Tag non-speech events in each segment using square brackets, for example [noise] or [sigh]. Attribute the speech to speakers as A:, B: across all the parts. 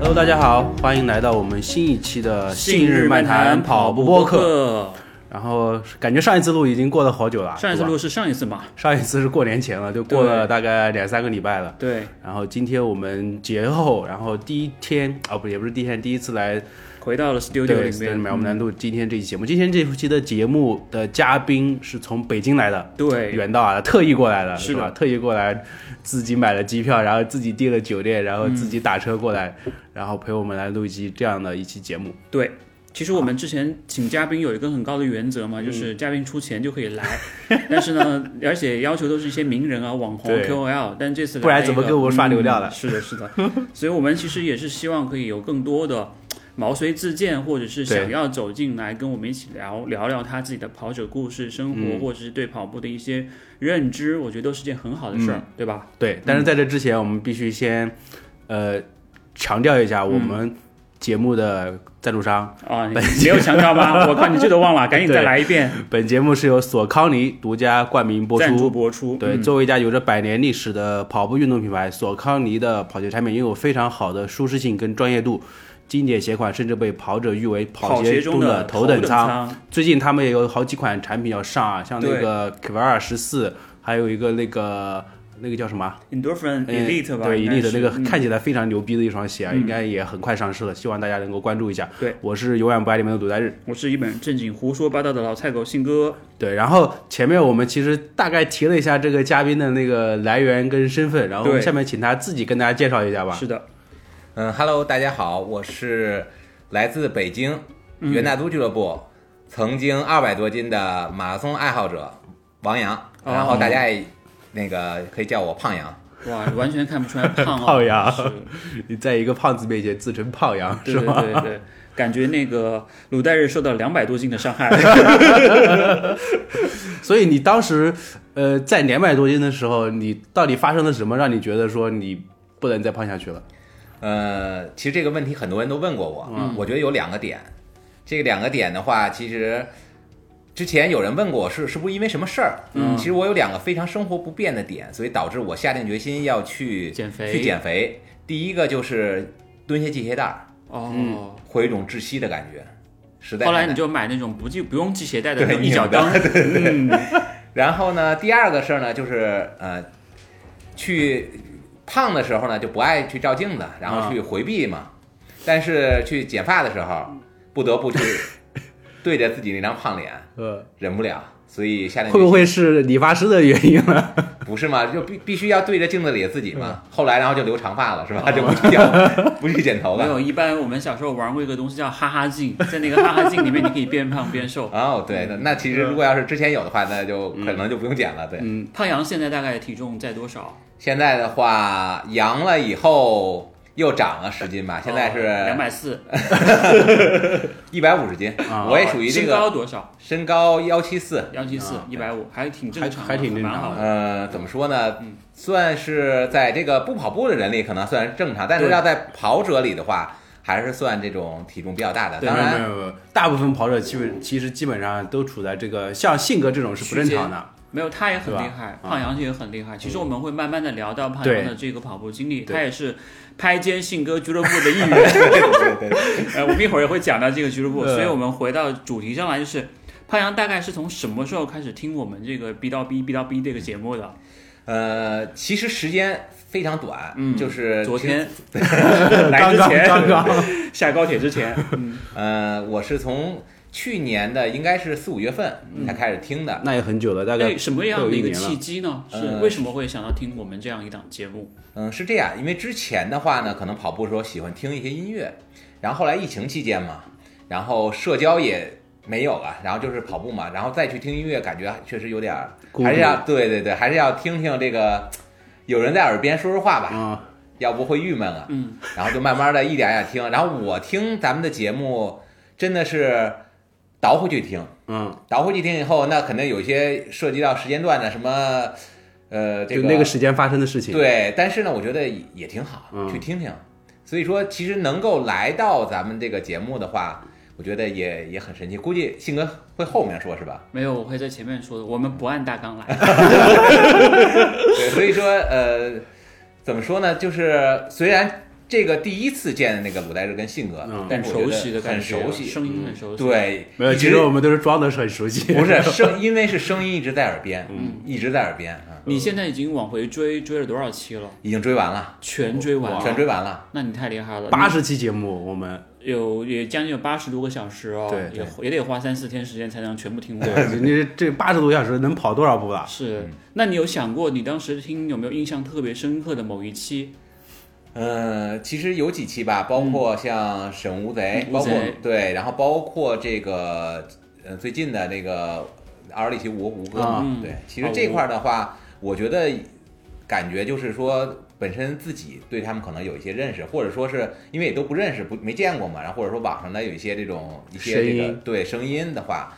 A: Hello，大家好，欢迎来到我们新一期的《信呃日漫谈跑步播
B: 播
A: 客》。
B: 客，
A: 然后感觉上一次录已经过了好久了，
B: 上一次
A: 对吧
B: 录是上一次嘛？
A: 上一次是过年前了，就过了大概两三个礼拜了。
B: 对，
A: 然后今天我们节后，然后第一天啊、不也不是第一天，第一次来
B: 回到了
A: 对
B: studio 里
A: 里面，我们
B: 面，嗯
A: 来录今天这期节目。今天这期的节目的嘉宾是从北京来的，
B: 对，
A: 远道啊，特意过来的，
B: 是
A: 是
B: 的
A: 吧？特意过来，自己买了机票，然后自己订了酒店，然后自己打车过来，
B: 嗯
A: 然后陪我们来录一期这样的一期节目。
B: 对。其实我们之前请嘉宾有一个很高的原则嘛，就是嘉宾出钱就可以
A: [laughs]
B: 来，但是呢，而且要求都是一些名人啊、网红、
A: 对
B: KOL，但这次来
A: 不然怎么
B: 一个
A: 给我们刷流量了
B: 嗯是的，是的， [laughs] 所以我们其实也是希望可以有更多的毛遂自荐，或者是
A: 对
B: 想要走进来跟我们一起聊聊聊他自己的跑者故事、生
A: 嗯
B: 活，或者是对跑步的一些认知，我觉得都是件很好的事
A: 嗯
B: 儿，对吧？
A: 对，但是在这之前，我们必须先，呃，强调一下我
B: 嗯
A: 们节目的赞助商。
B: 啊，你没有强
A: [laughs]
B: 调吗？我靠，你这都忘了，赶紧再来一遍。
A: 本节目是由索康尼独家冠名播
B: 赞助
A: 出。
B: 播出，
A: 对，作为一家有着百年历史的跑步运动品牌，索康尼的跑鞋产品拥有非常好的舒适性跟专业度，经典鞋款甚至被跑者誉为
B: 跑
A: 鞋
B: 鞋
A: 中
B: 的
A: 头
B: 等
A: 等舱。，最近他们也有好几款产品要上啊，像那个 k v a r 十四，还有一个那个那个叫什么啊
B: Endorphin
A: 嗯
B: Elite 吧，
A: 对
B: 应该
A: Elite
B: 是
A: 那
B: 嗯
A: 个看起来非常牛逼的一双鞋啊，应该也很快上市了，希望大家能够关注一下。
B: 对，
A: 我是永远不爱你们的赌债日。
B: 我是一本正经胡说八道的老菜狗信哥，
A: 对，然后前面我们其实大概提了一下这个嘉宾的那个来源跟身份，然后我们
B: 对
A: 下面请他自己跟大家介绍一下吧。
B: 是的，
C: 嗯，Hello，大家好，我是来自北京
B: 嗯
C: 元大都俱乐部，曾经二百多斤的马拉松爱好者王洋，
B: 哦
C: 然后大家也那个可以叫我胖洋。
B: 哇，完全看不出来胖
A: [laughs]
B: 啊，
A: 胖呀
B: 是
A: 你在一个胖子面前自称胖羊
B: 对
A: 是
B: 对
A: 吗？
B: 对对，感觉那个鲁代日受到两百多斤的
A: [laughs]
B: 伤害，
A: 所以你当时呃在两百多斤的时候，你到底发生了什么，让你觉得说你不能再胖下去了？
C: 呃，其实这个问题很多人都问过我，
B: 嗯
C: 我觉得有两个点，这个两个点的话，其实之前有人问过我是是不是因为什么事儿，
B: 嗯
C: 其实我有两个非常生活不便的点，所以导致我下定决心要去
B: 减肥
C: 去减肥。第一个就是蹲下系鞋带儿，
A: 嗯
B: 哦。
C: 会有一种窒息的感觉，实
B: [laughs]
C: 在
B: 后
C: 太
B: 来
C: 难。
B: 你就买那种不系不用系鞋带的那
C: 对
B: 种一脚蹬，
C: 然后呢，第二个事儿呢，就是呃，去胖的时候呢，就不爱去照镜子，然后去回避嘛。
B: 啊
C: 但是去剪发的时候，不得
B: [laughs]
C: 不去对着自己那张胖脸，
A: 呃，
C: 忍不了，所以下定决
A: 会
C: 心
A: 不会是理发师的原因呢？
C: 不是嘛？就必必须要对着镜子里的自己嘛。后来然后就留长发了，是吧？就不去剪，不去剪
B: 嗯
C: 头
B: 啊 [laughs] 没
C: 了。
B: 有。一般我们小时候玩过一个东西叫哈哈镜，在那个哈哈镜里面，你可以边胖边瘦。
C: 哦，对，那那其实如果要是之前有的话，那就
B: 嗯
C: 可能就不用剪了。对，
A: 嗯
B: 胖羊现在大概体重在多少？
C: 现在的话，阳了以后又长了十斤吧，现在
B: 哦两
C: 是
B: 百四，
C: 一百五十斤。
A: 啊
C: 我也属于这
B: 身高
C: 个
B: 多少？
C: 身高幺七四，
B: 幺七四
A: 啊，
B: 一百五，还挺正常的，
A: 还还挺正常的
B: 蛮好的。
C: 呃，怎么说呢？算是在这个不跑步的人里可能算是正常，但是
B: 对
C: 要在跑者里的话，还是算这种体重比较大的。
A: [laughs] 对
C: 当
A: 没有
C: 然，
A: 没有没有，大部分跑者基本其实基本上都处在这个像性格这种是不正常的。
B: 没有，他也很厉
A: 对
B: 害，
A: 吧啊嗯
B: 胖羊也很厉害。其实我们会慢慢的聊到胖
A: 对
B: 羊的这个跑步经历，
A: 对
B: 他也是拍肩信鸽俱乐部的一员。 [laughs]
C: 对对对对，
B: 呃，我们一会儿也会讲到这个俱乐部，
A: 呃
B: 所以我们回到主题上来，就是胖羊大概是从什么时候开始听我们这个 B 到 B B 到 B 这个节目的？
C: [laughs] 呃，其实时间非常短，就是
B: 昨
C: [laughs]
B: 天来
A: 刚
B: 之
A: 刚
B: 前，
A: 刚刚，
B: [laughs] 下高铁
A: [laughs]
B: 之前，嗯，
C: 呃，我是从去年的应该是四五月份才开始听的。
A: 那也很久了，大概
B: 那什么样
A: 都
B: 的
A: 有
B: 一
A: 一
B: 个
A: 年了嗯
B: 契机呢？是
C: 呃
B: 为什么会想到听我们这样一档节目？
C: 嗯，是这样，因为之前的话呢，可能跑步的时候喜欢听一些音乐，然后后来疫情期间嘛，然后社交也没有了，然后就是跑步嘛，然后再去听音乐，感觉确实有点儿，
A: 孤独
C: 还是要对对对，还是要听听这个有人在耳边说说话吧，
A: 啊，
C: 要不会郁闷了。
B: 嗯，
C: 然后就慢慢的一点一点听，然后我听咱们的节目真的是倒回去听，
A: 嗯，
C: 倒回去听以后，那肯定有一些涉及到时间段的什么，呃，这
A: 就
C: 个
A: 那个时间发生的事情。
C: 对，但是呢，我觉得也也挺好，
A: 嗯
C: 去听听。所以说，其实能够来到咱们这个节目的话，我觉得也也很神奇。估计信哥会后面说是吧？ [laughs]
B: 没有，我会在前面说的。我们不按大纲来，
C: 对，所以说呃，怎么说呢？就是虽然这个第一次见的那个鲁代日跟信哥
A: 嗯，
C: 但
B: 很
C: 是我觉
B: 熟
C: 得
B: 悉的感
C: 很
B: 觉，
C: 熟悉，
B: 声音很熟悉。，
C: 对，
A: 没有，
C: 一
A: 其
C: 直
A: 实我们都是装的很熟悉。[laughs]
C: 不是声，因为是声音一直在耳边，
A: 嗯
C: 一直在耳边啊，
B: 你现在已经往回追追了多少期了？
C: 已经追完了，
B: 全追
A: 嗯
B: 完了，
C: 全追完了。
B: 那你太厉害了，
A: 八十期节目，我们
B: 你有也将近有八十多个小时哦，
A: 对
B: 也也得花三四天时间才能全部听完。
C: [laughs]
A: [laughs] 你这八十多小时能跑多少步啊？
B: 是，
C: 嗯
B: 那你有想过你当时听有没有印象特别深刻的某一期？
C: 嗯，其实有几期吧，包括像沈无贼，
B: 嗯
C: 包括
B: 无贼
C: 对，然后包括这个呃最近的那个阿尔里奇吴吴哥嘛，
B: 啊
C: 对，其实这块儿的话，我觉得感觉就是说。本身自己对他们可能有一些认识，或者说是因为也都不认识，不没见过嘛，然后或者说网上呢有一些这种一些这
A: 声
C: 个
A: 音
C: 对声音的话，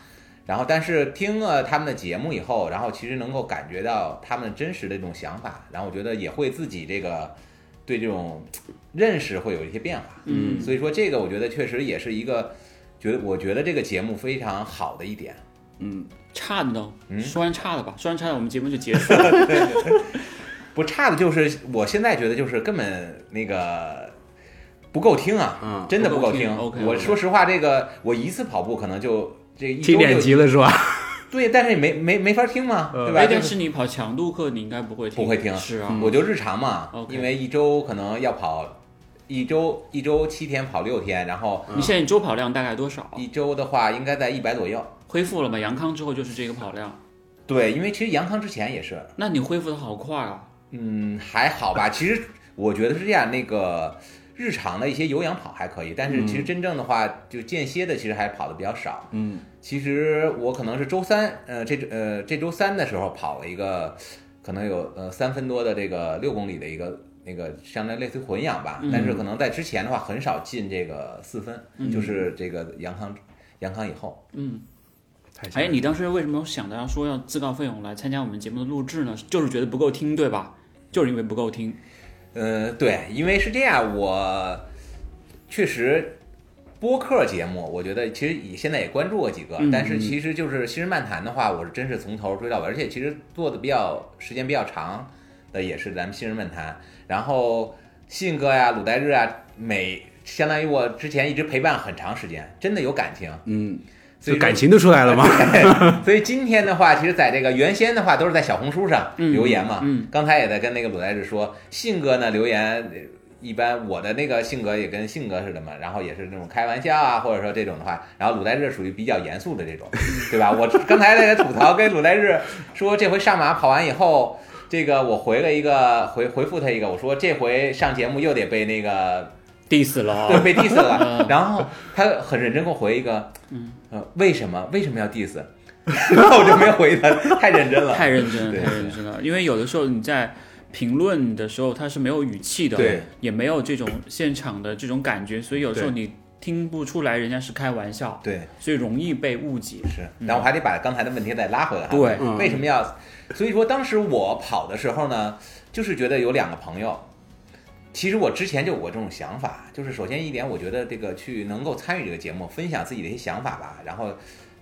C: 然后但是听了他们的节目以后，然后其实能够感觉到他们真实的这种想法，然后我觉得也会自己这个对这种认识会有一些变化。
B: 嗯
C: 所以说这个我觉得确实也是一个，觉得我觉得这个节目非常好的一点。
B: 差的呢？
C: 嗯
B: 说完差的吧，说完差的我们节目就结
C: [laughs]
B: 束了。
C: 不差的就是我现在觉得就是根本那个不够听啊，
A: 嗯
C: 真的
B: 不
C: 不
B: 够
C: 听。
B: 听，OK，
C: 我
B: OK
C: 说实话，这个我一次跑步可能就这一
A: 听
C: 周
A: 两
C: 就
A: 集了是吧？
C: 对，但是也没没没法听嘛，
A: 嗯
C: 对吧？
B: 哎，
C: 就
B: 但
C: 是
B: 是你跑强度课，你应该不会听，
C: 不会听
B: 是啊，
C: 我就日常嘛，
B: OK
C: 因为一周可能要跑一周一周七天跑六天，然后
B: 你现在周跑量大概多少？
C: 一周的话应该在一百左右。
B: 恢复了吗？阳康之后就是这个跑量，
C: 对，因为其实杨康之前也是，
B: 那你恢复的好快啊！
C: 嗯，还好吧。其实我觉得是这样，那个日常的一些有氧跑还可以，但是其实真正的话，就间歇的其实还跑的比较少。
A: 嗯，
C: 其实我可能是周三，呃，这呃这周三的时候跑了一个，可能有呃三分多的这个六公里的一个那个相当于类似于混氧吧，
B: 嗯
C: 但是可能在之前的话很少进这个四分，就是这个杨康杨康以后，
A: 太吓
B: 哎，
A: 人
B: 你当时为什么想到要说要自告奋勇来参加我们节目的录制呢？就是觉得不够听，对吧？就是因为不够听，
C: 呃，对，因为是这样，我确实播客节目，我觉得其实也现在也关注过几个，
B: 嗯
C: 但是其实就是《新人漫谈》的话，我是真是从头追到尾，而且其实做的比较时间比较长的也是咱们《新人漫谈》，然后信哥呀、鲁代日啊，每相当于我之前一直陪伴很长时间，真的有感情，
A: 嗯，
C: 所
A: 就
C: 以
A: 感情都出来了吗？
B: 哎
C: [laughs] 所以今天的话，其实在这个原先的话都是在小红书上
B: 嗯
C: 留言嘛。
B: 嗯
C: 刚才也在跟那个鲁代志说，信哥呢留言呃一般，我的那个性格也跟性格似的嘛，然后也是那种开玩笑啊，或者说这种的话，然后鲁代志属于比较严肃的
B: [laughs]
C: 这种，对吧？我刚才在这吐槽跟鲁代志说，这回上马跑完以后。这个我回了一个回回复他一个，我说这回上节目又得被那个
B: ，diss 了
C: 对，
B: 啊。
C: 被 diss 了
B: 嗯。
C: 然后他很认真给我回一个，
B: 嗯，
C: 呃，为什么为什么要 diss？然 [laughs] 后我就没回他，太认真
B: [laughs]
C: 了。
B: 太认真了，
C: 对
B: 太认真了。因为有的时候你在评论的时候，它是没有语气的，
C: 对，
B: 也没有这种现场的这种感觉，所以有时候你听不出来人家是开玩笑，
C: 对，
B: 所以容易被误解。
C: 是，但我还得把刚才的问题再拉回来哈。
B: 对
A: 嗯
C: 为什么要？所以说当时我跑的时候呢，就是觉得有两个朋友。其实我之前就有过这种想法，就是首先一点，我觉得这个去能够参与这个节目，分享自己的一些想法吧，然后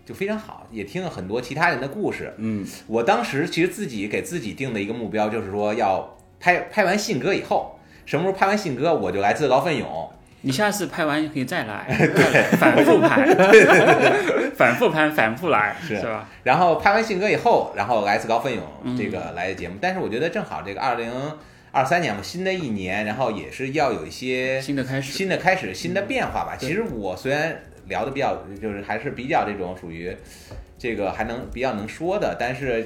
C: 就非常好，也听了很多其他人的故事，
A: 嗯，
C: 我当时其实自己给自己定的一个目标就是说要拍拍完信鸽以后，什么时候拍完信鸽我就来自告奋勇。
B: 你下次拍完也可以再
C: [laughs]
B: 来，反复拍，反复拍，反复来，
C: 是
B: 是吧？
C: 然后拍完信鸽以后，然后来自告奋
B: 嗯
C: 勇这个来节目。但是我觉得正好这个二零二三年嘛，新的一年，然后也是要有一些
B: 新的开始，嗯
C: 新的开始、新的变化吧。
B: 对
C: 其实我虽然聊的比较，就是还是比较这种属于这个还能比较能说的，但是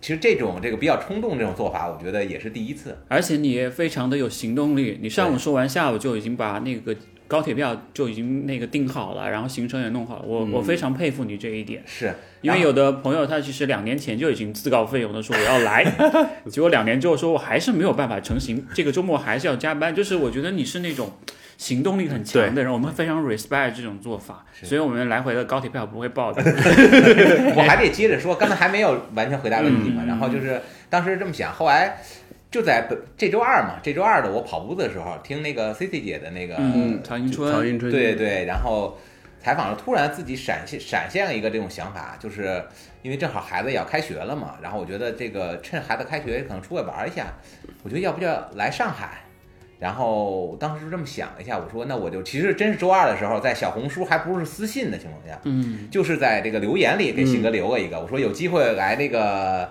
C: 其实这种这个比较冲动这种做法，我觉得也是第一次。
B: 而且你也非常的有行动力。你上午说完，下午就已经把那个高铁票就已经那个订好了，然后行程也弄好了。我、我非常佩服你这一点，
C: 是
B: 因为
C: 然后
B: 有的朋友他其实两年前就已经自告奋勇的说我要来，结果两年之后说我还是没有办法成行，这个周末还是要加班。就是我觉得你是那种。行动力很强的人，我们非常 respect 这种做法，
C: 是
B: 所以我们来回的高铁票不会报的。
C: 我
B: [laughs]
C: 还得接着说，刚才还没有完全回答问题嘛。
B: 嗯
C: 然后就是当时这么想，后来就在本这周二嘛，这周二的我跑步的时候，听那个 C C 姐的那个，
B: 嗯，曹迎
A: 曹
B: 春，
A: 迎春
C: 对对，然后采访了，突然自己闪现闪现了一个这种想法，就是因为正好孩子也要开学了嘛，然后我觉得这个趁孩子开学可能出来玩一下，我觉得要不就来上海。然后当时这么想了一下，我说那我就其实真是周二的时候，在小红书还不是私信的情况下，
B: 嗯，
C: 就是在这个留言里给信哥留了一个，我说有机会来那个，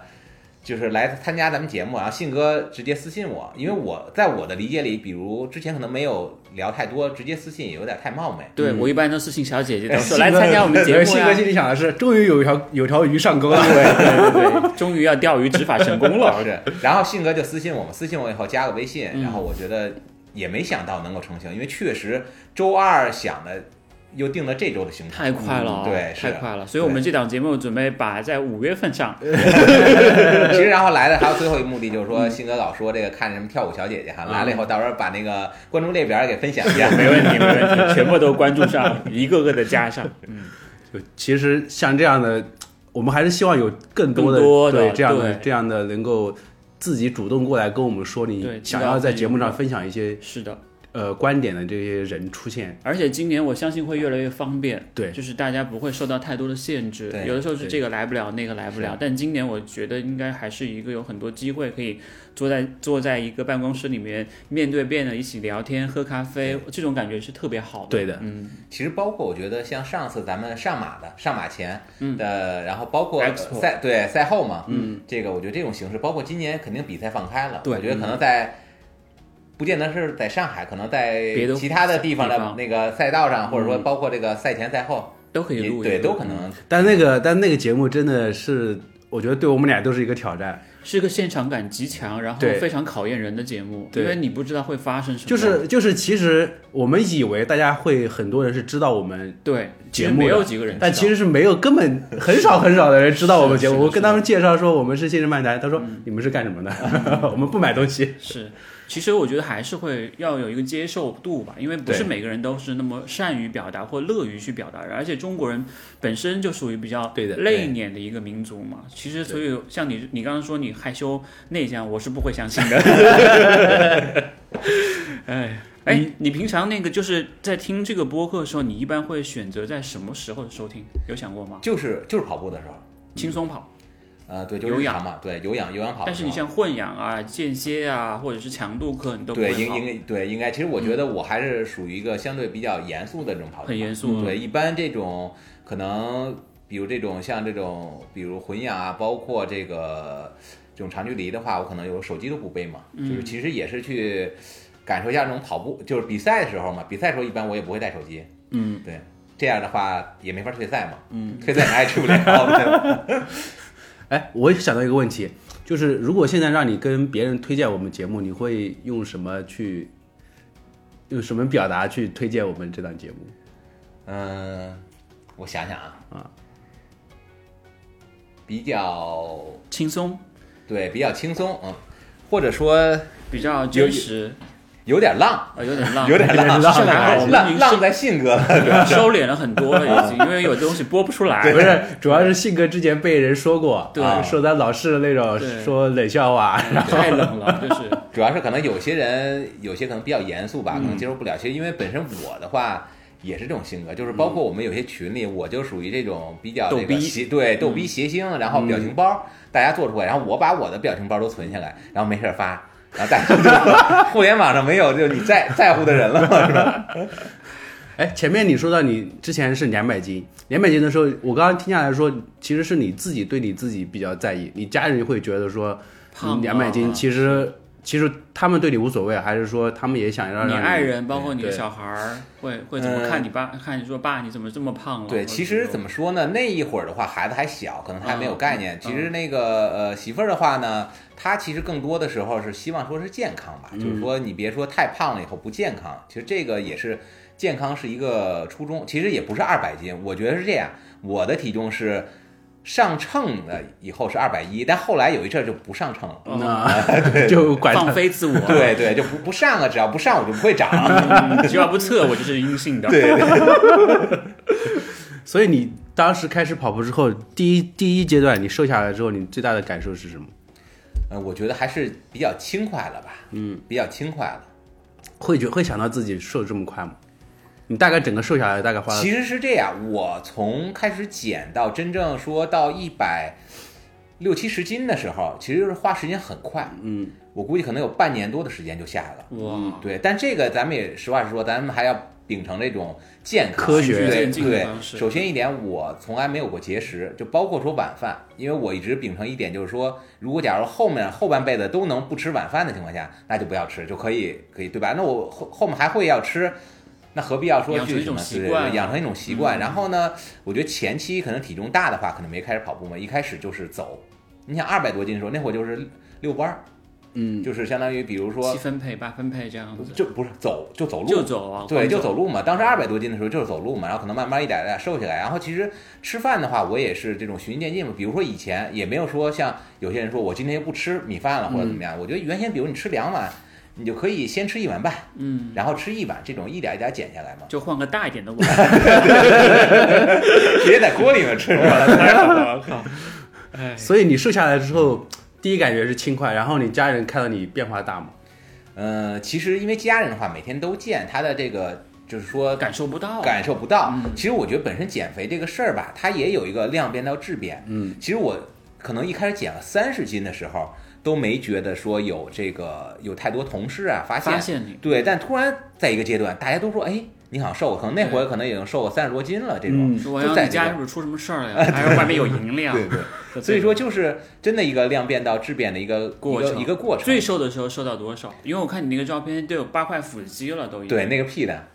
C: 就是来参加咱们节目，然后信哥直接私信我，因为我在我的理解里，比如之前可能没有聊太多，直接私信也有点太冒昧。
B: 对
A: 嗯
B: 我一般都是请小姐
A: [laughs]
B: 姐都说
C: 哎
B: 来参加我们节目
A: 信
B: 呀、
A: 哥心里想的是，终于有一条有条鱼上钩了。
B: 对对对对，终于要钓鱼执法成功了。
C: 是，然后信哥就私信我们，私信我以后加个微
B: 嗯
C: 信，然后我觉得也没想到能够成型，因为确实周二想的又定了这周的行
B: [laughs]
C: 程，
B: 太快了、啊
C: 嗯对，
B: 太
C: 是。
B: 快了。所以我们这档节目准备把在五月份上，
C: 其实然后来的还有最后一目的就
B: 嗯
C: 是说，信哥老说这个看什么跳舞小姐姐哈，来了以后到时候把那个观众列表给分享一下，
B: [laughs] [laughs] 没问题，没问题，全部都关注上，一个个的加上，
A: 就其实像这样的，我们还是希望有更多的
B: 更多的
A: 对这样的
B: 对
A: 这样的能够自己主动过来跟我们说
B: 对
A: 你
B: 知道
A: 想要在
B: 你
A: 节目上分享一些
B: [laughs] 是的。
A: 呃观点的这些人出现。
B: 而且今年我相信会越来越方便，
A: 对
B: 就是大家不会受到太多的限制。
C: 对
B: 有的时候是这个来不了，那个来不了。但今年我觉得应该还是一个有很多机会可以坐在坐在一个办公室里面面对面的一起聊天、喝咖啡，这种感觉是特别好的。
A: 对的，
B: 嗯，
C: 其实包括我觉得像上次咱们上马的上马前
B: 嗯
C: 的，然后包括
B: Expo
C: 赛对赛后嘛，嗯，这个我觉得这种形式，包括今年肯定比赛放开了，
B: 对嗯
C: 我觉得可能在。不见得是在上海，可能在
B: 别的
C: 其他的地方
B: 地
C: 的
B: 方
C: 那个赛道上，或者说包括这个赛前赛后，
B: 嗯都可以
C: 也
B: 录一
C: 对
B: 录
C: 都可能
A: 但那个但那个节目真的是，我觉得对我们俩都是一个挑战。
B: 是个现场感极强，然后
A: 对
B: 非常考验人的节目，
A: 对
B: 因为你不知道会发生什么。
A: 就是就是，其实我们以为大家会很多人是知道我们，
B: 对
A: 节目的
B: 其实没有几个人知道，
A: 但其实是没有，根本很少很少的人知道我们节
B: 是
A: 目。
B: 的
A: 我
B: 是
A: 跟
B: 的嗯
A: 他们介绍说我们是新人漫谈，他说你们是干什么的？ [laughs] 我们不买东西。
B: 是，其实我觉得还是会要有一个接受度吧，因为不
A: 对
B: 是每个人都是那么善于表达或乐于去表达的，而且中国人本身就属于比较
A: 对的
B: 内敛的一个民族嘛。其实，所以像你，你刚刚说你害羞内向，我是不会相信的。 [laughs] 哎。哎，你平常那个就是在听这个播客的时候，你一般会选择在什么时候收听？有想过吗？
C: 就是就是跑步的时候，
B: 轻松跑，
C: 呃，对，就
B: 有
C: 是日
B: 氧
C: 常嘛，对，有氧有氧跑的时候。
B: 但是你像混氧啊、间歇啊，或者是强度课，你都不
C: 对
B: 会
C: 应
B: 跑嗯
C: 应该对应该，其实我觉得我还是属于一个相对比较严肃的这种跑者，
B: 很严肃
C: 对，一般这种可能，比如这种像这种，比如混氧啊，包括这个这种长距离的话，我可能有手机都不背嘛，
B: 嗯
C: 就是其实也是去感受一下这种跑步，就是比赛的时候嘛，比赛的时候一般我也不会带手机，
B: 嗯，
C: 对，这样的话也没法退赛嘛，嗯，退赛哪也去不了，
B: [laughs]
A: 哎，我想到一个问题，就是如果现在让你跟别人推荐我们节目，你会用什么去，用什么表达去推荐我们这档节目？
C: 嗯，我想想啊，啊，比较。
B: 轻松，
C: 对，比较轻松，嗯，或者说
B: 比较真实，
C: 有点浪，
B: 啊，有点浪，
C: 有点浪，
A: 有点浪
B: 是吧我们已
C: 浪
B: 经
C: 浪在性格了。 [laughs]
B: 收收敛了很多了，已经，因为有东西播不出来。
A: [laughs] 不是，主要是信哥之前被人说过，
B: 对
A: 啊说他老是那种
B: 对
A: 说冷笑话， [laughs]
B: 太冷了，就是
C: 主要是可能有些人，有些可能比较严肃吧，可
B: 嗯
C: 能接受不了。其实因为本身我的话也是这种性格，就是包括我们有些群里，我就属于这种比
B: 嗯
C: 较
B: 逗
C: 那个
B: 逼嗯
C: 谐，对逗逼谐星，然后表情包大家做出来，然后我把我的表情包都存下来，然后没事儿发。然后大家就 [laughs] 互联网上没有就你在在乎的人了嘛，是吧？
A: 哎，前面你说到你之前是两百斤，两百斤的时候，我刚刚听下来说，其实是你自己对你自己比较在意，你家人会觉得说
B: 胖
A: 两百斤，
B: 了
A: 其实其实他们对你无所谓，还是说他们也想要让
B: 你爱人，包括你的
A: 对
B: 小孩儿，会会怎么看你爸？看你说爸，你怎么这么胖了？
C: 对，其实怎
B: 么
C: 么说呢？那一会儿的话，孩子还小，可能他还没有
B: 嗯
C: 概念。
B: 嗯
C: 其实那个呃，媳妇儿的话呢，她其实更多的时候是希望说是健康吧，就是说你别说太胖了以后不健康。其实这个也是健康是一个初衷，其实也不是二百斤，我觉得是这样。我的体重是上秤了以后是二百一，但后来有一阵儿就不上秤了。
A: 那 [laughs] 就管他
B: 放飞自我？
C: 对对，就不不上了，只要不上我就不会长。
B: 嗯，只要不测，我就是阴性的。
C: 对对
A: 所以你当时开始跑步之后，第一第一阶段你瘦下来之后，你最大的感受是什么？
C: 呃，我觉得还是比较轻快了吧，嗯，比较轻快了。
A: 会觉会想到自己瘦这么快吗？你大概整个瘦下来大概花了
C: 其实是这样，我从开始减到真正说到一百六七十斤的时候，其实就是花时间很快。
A: 嗯，
C: 我估计可能有半年多的时间就下来了。
B: 哇，
C: 对，但这个咱们也实话实说，咱们还要秉承这种健康
A: 科学
C: 对
B: 渐进的
C: 对
B: 方，式
C: 首先一点，我从来没有过节食，就包括说晚饭，因为我一直秉承一点就是说，如果假如后面后半辈子都能不吃晚饭的情况下，那就不要吃，就可以可以对吧？那我后后面还会要吃。那何必要说
B: 养成
C: 去
B: 一
C: 什
B: 种
C: 么
B: 习
C: 对
B: 惯嗯
C: 对养成一种习惯。然后呢，我觉得前期可能体重大的话，可能没开始跑步嘛，一开始就是走。你想二百多斤的时候，那会儿就是遛弯儿，
A: 嗯，
C: 就是相当于比如说
B: 七分配八分配这样子，
C: 就不是走就走路，
B: 就走啊，
C: 对，
B: 光
C: 就走路嘛。当时二百多斤的时候就是走路嘛，然后可能慢慢一点一点瘦下来。然后其实吃饭的话，我也是这种循序渐进嘛。比如说以前也没有说像有些人说我今天就不吃米饭了或者怎么样。我觉得原先比如你吃两碗，你就可以先吃一碗半，
B: 嗯，，
C: 然后吃一碗，这种一点一点减下来嘛
B: 就换个大一点的碗，
C: 直接在锅里面
B: [laughs]
C: 吃。
B: 太好了，我靠，哎，
A: 所以你瘦下来之后，第一感觉是轻快，然后你家人看到你变化大吗？
C: 嗯，其实因为家人的话每天都见，他的这个就是说
B: 感受不到，
C: 感受不到。其实我觉得本身减肥这个事儿吧，它也有一个量变到质变。
A: 嗯，
C: 其实我可能一开始减了三十斤的时候，都没觉得说有这个有太多同事啊发现。
B: 发现你，
C: 对，但突然在一个阶段，大家都说，哎，你好像瘦了，可能那会儿可能已经瘦了三十多斤了这种。
A: 嗯
B: 说
C: 就
B: 要
C: 在
B: 你家
C: 这
B: 是不是出什么事儿了呀？还是外面有银两？
C: 对对，
B: 对
C: [laughs] 所以说就是真的一个量变到质变的一个
B: 过
C: 一
B: 程
C: 个一个过程。
B: 最瘦的时候瘦到多少？因为我看你那个照片都有八块腹肌了，都已经。哦
C: 对，那个屁的，
B: 啊，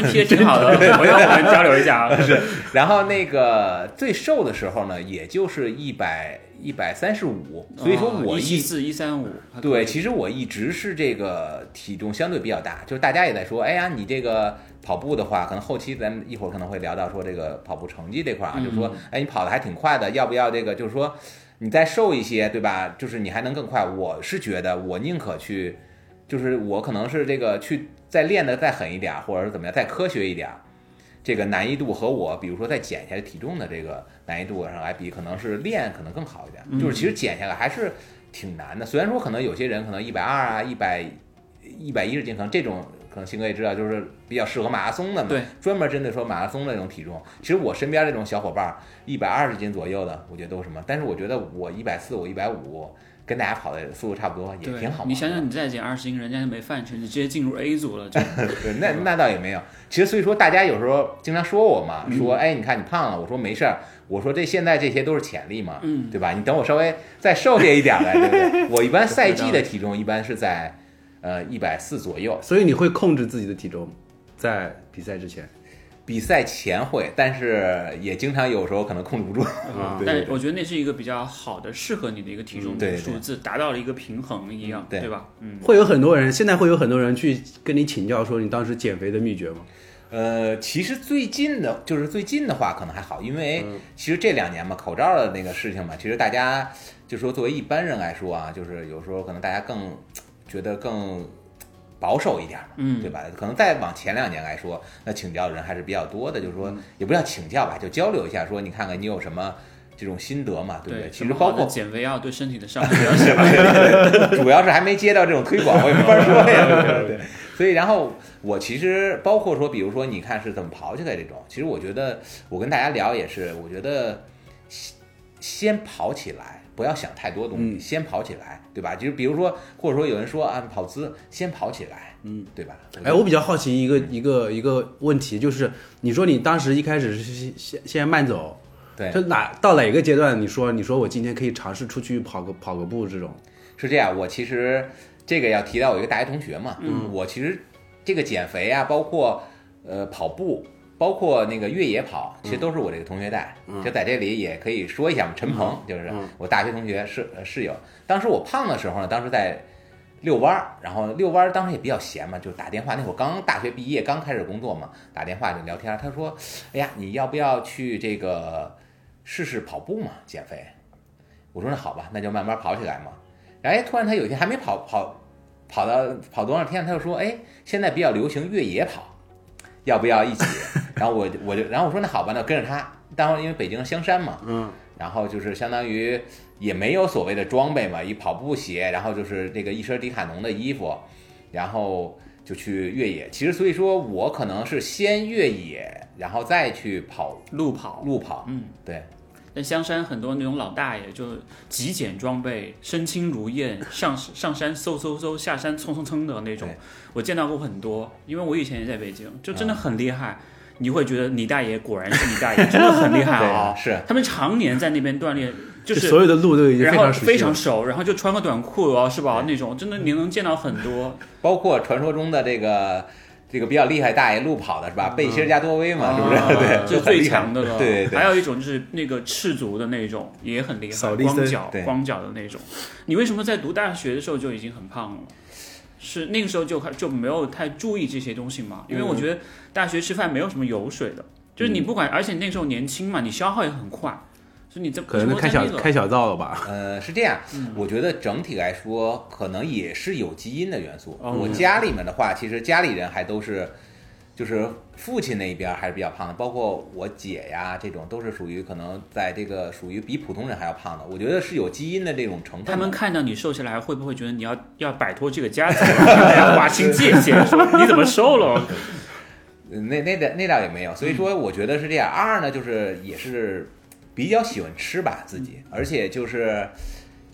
B: 那 P 的挺好
C: [laughs]
B: 的，我要我们交流一下啊。是，
C: 然后那个最瘦的时候呢，也就是一百一百三十五，所以说我
B: 哦一
C: 一
B: 七四一三五，还可
C: 对，
B: 以
C: 其实我一直是这个体重相对比较大，就是大家也在说，哎呀，你这个跑步的话，可能后期咱们一会儿可能会聊到说这个跑步成绩这块儿啊，就是说，哎，你跑的还挺快的，要不要这个？就是说你再瘦一些，对吧？就是你还能更快。我是觉得，我宁可去，就是我可能是这个去再练的再狠一点儿，或者是怎么样，再科学一点儿。这个难易度和我，比如说再减下来体重的这个难易度上来比，可能是练可能更好一点。就是其实减下来还是挺难的。虽然说可能有些人可能一百二啊、一百一百一十斤，可能这种可能新哥也知道，就是比较适合马拉松的嘛。
B: 对，
C: 专门针对说马拉松那种体重。其实我身边这种小伙伴，一百二十斤左右的，我觉得都是什么？但是我觉得我一百四、我一百五，跟大家跑的速度差不多，也
B: 对
C: 挺好玩的。
B: 你想想，你再减二十斤，人家就没饭吃，你直接进入 A 组了，就
C: [laughs] 对，那那倒也没有。其实所以说，大家有时候经常说我嘛，说哎，你看你胖了，我说没事儿，我说这现在这些都是潜力嘛，
B: 嗯
C: 对吧？你等我稍微再瘦些一点儿来，对不对？ [laughs] 我一般赛
B: 知
C: 季
B: 道
C: 的
B: 了
C: 体重一般是在呃一百四左右，
A: 所以你会控制自己的体重，在比赛之前。
C: 比赛前会，但是也经常有时候可能控制不住。
A: 啊
C: 对
B: 但
C: 对
B: 是我觉得那是一个比较好的、适合你的一个体重
C: 嗯对对
B: 数字，达到了一个平衡一样，
C: 对
B: 对吧？嗯，
A: 会有很多人，现在会有很多人去跟你请教说你当时减肥的秘诀吗？
C: 呃，其实最近的，就是最近的话可能还好，因为其实这两年嘛，口罩的那个事情嘛，其实大家就说作为一般人来说啊，就是有时候可能大家更觉得更保守一点嘛，
B: 嗯
C: 对吧？可能再往前两年来说，那请教的人还是比较多的，就是说、
B: 嗯
C: 也不叫请教吧，就交流一下，说你看看你有什么这种心得嘛，对不
B: 对，
C: 其实包括
B: 减肥药对身体的伤害
C: [laughs]
B: 比较小，对
C: 主要是还没接到这种推广，我也没法说呀。对，所以然后我其实包括说，比如说你看是怎么跑起来这种，其实我觉得我跟大家聊也是，我觉得先先跑起来，不要想太多东西，
A: 嗯
C: 先跑起来，对吧？就是比如说，或者说有人说啊，跑姿先跑起来，嗯，对吧？
A: 哎，我比较好奇一
B: 嗯
A: 个一个一个问题，就是你说你当时一开始是先先先慢走，
C: 对
A: 就哪到哪个阶段你说你说我今天可以尝试出去跑个跑个步这种，
C: 是这样，我其实这个要提到我一个大学同学嘛，嗯，我其实这个减肥啊，包括呃跑步，包括那个越野跑，其实都是我这个同学带。就在这里也可以说一下嘛，陈鹏、就是我大学同学室呃室友。当时我胖的时候呢，当时在遛弯儿，然后遛弯儿当时也比较闲嘛，就打电话。那会儿刚大学毕业，刚开始工作嘛，打电话就聊天儿。他说：“哎呀，你要不要去这个试试跑步嘛，减肥？”我说：“那好吧，那就慢慢跑起来嘛。”然后哎，突然他有一天还没跑跑跑到跑多少天，他就说：“哎，现在比较流行越野跑，要不要一起？” [laughs] 然后我就我就然后我说：“那好吧，那跟着他。”当时因为北京香山嘛，
A: 嗯，
C: 然后就是相当于也没有所谓的装备嘛，一跑步鞋，然后就是这个一身迪卡侬的衣服，然后就去越野。其实所以说我可能是先越野，然后再去跑
B: 路跑，
C: 路跑，
B: 嗯，
C: 对，
B: 但香山很多那种老大爷就极简装备，身轻如燕，上上山嗖嗖嗖，下山蹭蹭蹭的那种
C: 对，
B: 我见到过很多，因为我以前也在北京，就
A: 嗯
B: 真的很厉害。你会觉得李大爷果然是李大爷，真的很
A: [laughs]
B: 厉害啊、
C: 对是
B: 他们常年在那边锻炼，就是
A: 所有的路都已经
B: 然
A: 非
B: 后
A: 常熟悉
B: 非
A: 了
B: 常。熟，然后就穿个短裤啊，是吧？那种真的你能见到很多，
C: 包括传说中的这个这个比较厉害大爷路跑的是吧？贝希尔加多威嘛，是不是？
B: 嗯啊
C: [laughs] 对，
B: 就
C: 很厉
B: 最
C: 害
B: 强的了。
C: 对对对
B: 还有一种就是那个赤足的那种，也很厉害，
A: 扫地僧
B: 光脚
C: 对
B: 光脚的那种。你为什么在读大学的时候就已经很胖了？是那个时候就开就没有太注意这些东西嘛？
C: 嗯
B: 因为我觉得大学吃饭没有什么油水的，就是你不管，而且那时候年轻嘛，你消耗也很快，所以你在
A: 可能
B: 生活
A: 开
B: 在
A: 小
B: 那个
A: 开小灶了吧？
C: 呃，是这样，
B: 嗯
C: 我觉得整体来说，可能也是有基因的元素。
B: 哦
C: 我家里面的话，其实家里人还都是，就是父亲那一边还是比较胖的，包括我姐呀，这种都是属于可能在这个属于比普通人还要胖的。我觉得是有基因的这种成分的。
B: 他们看到你瘦下来，会不会觉得你要要摆脱这个家族， [laughs] 要划清界限？说你怎么瘦
C: [laughs]
B: 了？
C: 呃那那倒那倒也没有，所以
B: 嗯
C: 说我觉得是这样。二呢，就是也是比较喜欢吃吧自己，
B: 嗯
C: 而且就是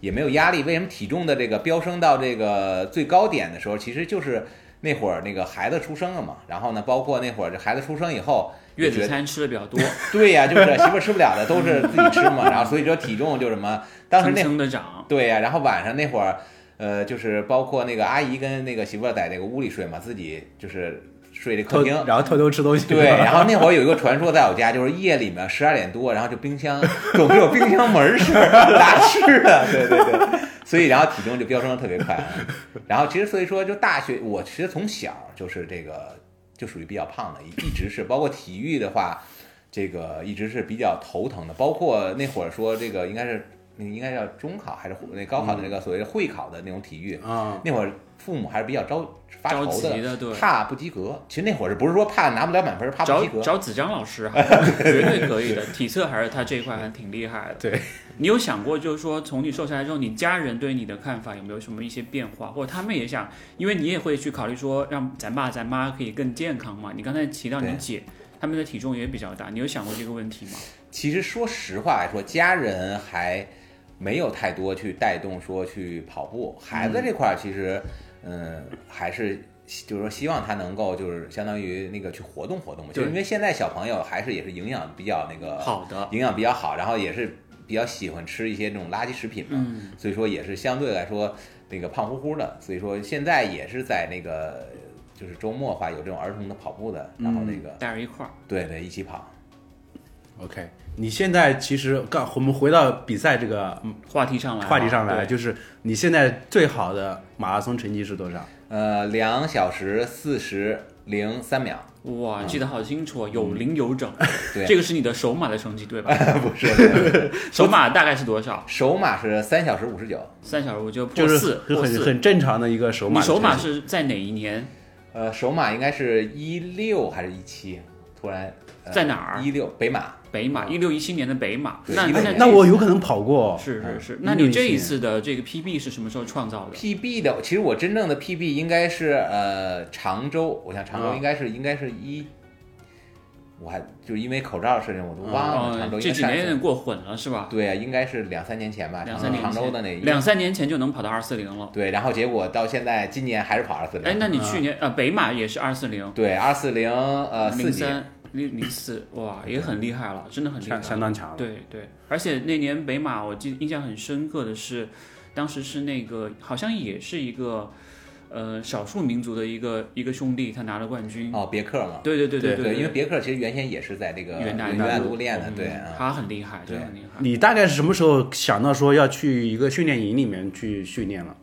C: 也没有压力。为什么体重的这个飙升到这个最高点的时候，其实就是那会儿那个孩子出生了嘛。然后呢，包括那会儿这孩子出生以后，
B: 月
C: 就觉
B: 子
C: 得
B: 餐吃的比较多，
C: 对呀、就是媳妇儿吃不了的都是自己吃嘛。然后所以说体重就什么，当时
B: 蹭
C: [laughs] 那
B: 蹭的长。
C: 对呀、然后晚上那会儿，呃，就是包括那个阿姨跟那个媳妇儿在这个屋里睡嘛，自己就是睡这客
A: 偷
C: 厅，
A: 然后偷偷吃东西。
C: 对，然后那会儿有一个传说在我家，就是夜里面十二点多，然后就冰箱总是有冰箱门
B: [laughs]
C: 儿声儿拿吃的，对对对，所以然后体重就飙升的特别快。啊然后其实所以说，就大学我其实从小就是这个就属于比较胖的，一一直是包括体育的话，这个一直是比较头疼的。包括那会儿说这个应该是那应该叫中考还是那高考的那
B: 嗯
C: 个所谓的会考的那种体育，
A: 啊，
C: 那会儿父母还是比较着发
B: 着
C: 愁
B: 急的对
C: 怕不及格。其实那会儿是不是说怕拿不了满分，怕不
B: 找
C: 及格？
B: 找子张老师还绝对可以的，体测还是他这一块还挺厉害的。
A: 对，
B: 你有想过，就是说从你瘦下来之后，你家人对你的看法有没有什么一些变化，或者他们也想，因为你也会去考虑说让咱爸咱妈可以更健康嘛？你刚才提到你
C: 对
B: 姐，他们的体重也比较大，你有想过这个问题吗？
C: 其实说实话来说，家人还没有太多去带动说去跑步。孩子这块儿其实，嗯，还是希就是说希望他能够就是相当于那个去活动活动嘛，就
A: 对
C: 因为现在小朋友还是也是营养比较那个
B: 好的，
C: 营养比较好，然后也是比较喜欢吃一些那种垃圾食品嘛，
B: 嗯
C: 所以说也是相对来说那个胖乎乎的，所以说现在也是在那个就是周末的话有这种儿童的跑步的，
B: 嗯
C: 然后那个、
B: 带着一块儿。
C: 对对一起跑，
A: OK，你现在其实刚我们回到比赛这个嗯
B: 话题上来啊，
A: 话题上来，
B: 对
A: 就是你现在最好的马拉松成绩是多少？
C: 呃，两小时四十零三秒，
B: 哇，记得好清楚，哦，
A: 嗯
B: 有零有整，
C: 对
B: 这个是你的首马的成绩
A: [laughs]
B: 对吧？
C: 不是对
B: 首马大概是多少？
C: 首马是三小时五十九，
B: 三小时我就破
A: 就是
B: 四，
A: 很
B: 破
A: 很
B: 四。
A: 很正常的一个首
B: 你
A: 马的成绩。
B: 首马是在哪一年？
C: 呃，首马应该是一六还是一七？突然、呃、
B: 在哪儿
C: 一六北马，
B: 北马，一六一七年的北马。
C: 啊对
B: 那
C: 16
B: 那
A: 哎那我有可能跑过，
B: 是
C: 哎
B: 是是
A: 嗯，
B: 那你这
A: 16
B: 一次的这个 PB 是什么时候创造的？
C: PB 的，其实我真正的 PB 应该是呃常州，我想
B: 嗯
C: 常州
A: 啊
C: 应该是、应该是一，我还就因为口罩的事情我都忘了、常
B: 哦
C: 州，啊应
B: 这
C: 该
B: 几
C: 上
B: 年有点过混了是吧？
C: 对啊，应该是两三年前吧，
B: 两
C: 常
B: 三年
C: 常州哎的那
B: 前，
C: 一
B: 两三年前就能跑到二四零了。
C: 对，然后结果到现在今年还是跑二四
B: 哎，
C: 零，
B: 那你去年呃北马也是二四零，
C: 对二四零呃四
B: 零
C: 级，
B: 三零零四，哇，也很厉害了，真的很厉害
A: 相，相当强了。
B: 对对，而且那年北马，我记印象很深刻的是，当时是那个好像也是一个，呃，少数民族的一个一个兄弟，他拿了冠军。
C: 哦别克嘛，
B: 对对对
A: 对
B: 对
C: 因为别克其实原先也是在这个
B: 原南
C: 南
B: 大
C: 路练的，
B: 嗯
C: 对啊，
B: 他很厉害，真的
C: 对
B: 很厉害。
A: 你大概是什么时候想到说要去一个训练营里面去训练 [laughs] 了？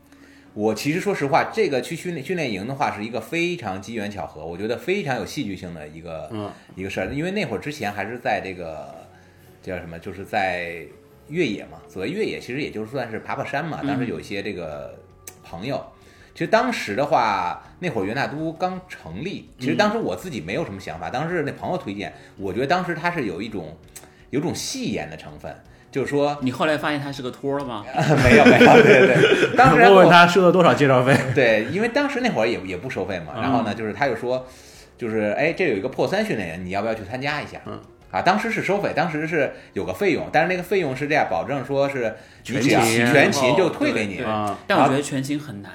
C: 我其实说实话，这个去训练训练营的话，是一个非常机缘巧合，我觉得非常有戏剧性的一个、
A: 嗯
C: 一个事儿。因为那会儿之前还是在这个这叫什么，就是在越野嘛，所谓越野其实也就算是爬爬山嘛。
A: 嗯
C: 当时有一些这个朋友，其实当时的话，那会儿元大都刚成立，其实
A: 嗯
C: 当时我自己没有什么想法，当时那朋友推荐，我觉得当时他是有一种有种戏言的成分，就是说。 [laughs]
B: 你后来发现他是个托儿了吗？
C: 没有没有，对对，当时还
A: [laughs] 问
C: 跟我
A: 问他收了多少介绍费？
C: 对，因为当时那会儿也也
A: 嗯
C: 不收费嘛，然后呢，就是他就说，就是哎，这有一个破三训练营，你要不要去参加一下？
A: 嗯，
C: 啊，当时是收费，当时是有个费用，但是那个费用是这样，保证说是你
A: 全
C: 只要
A: 勤
C: 全勤就退给你
B: 对。
A: 啊，
B: 但我觉得全勤很难，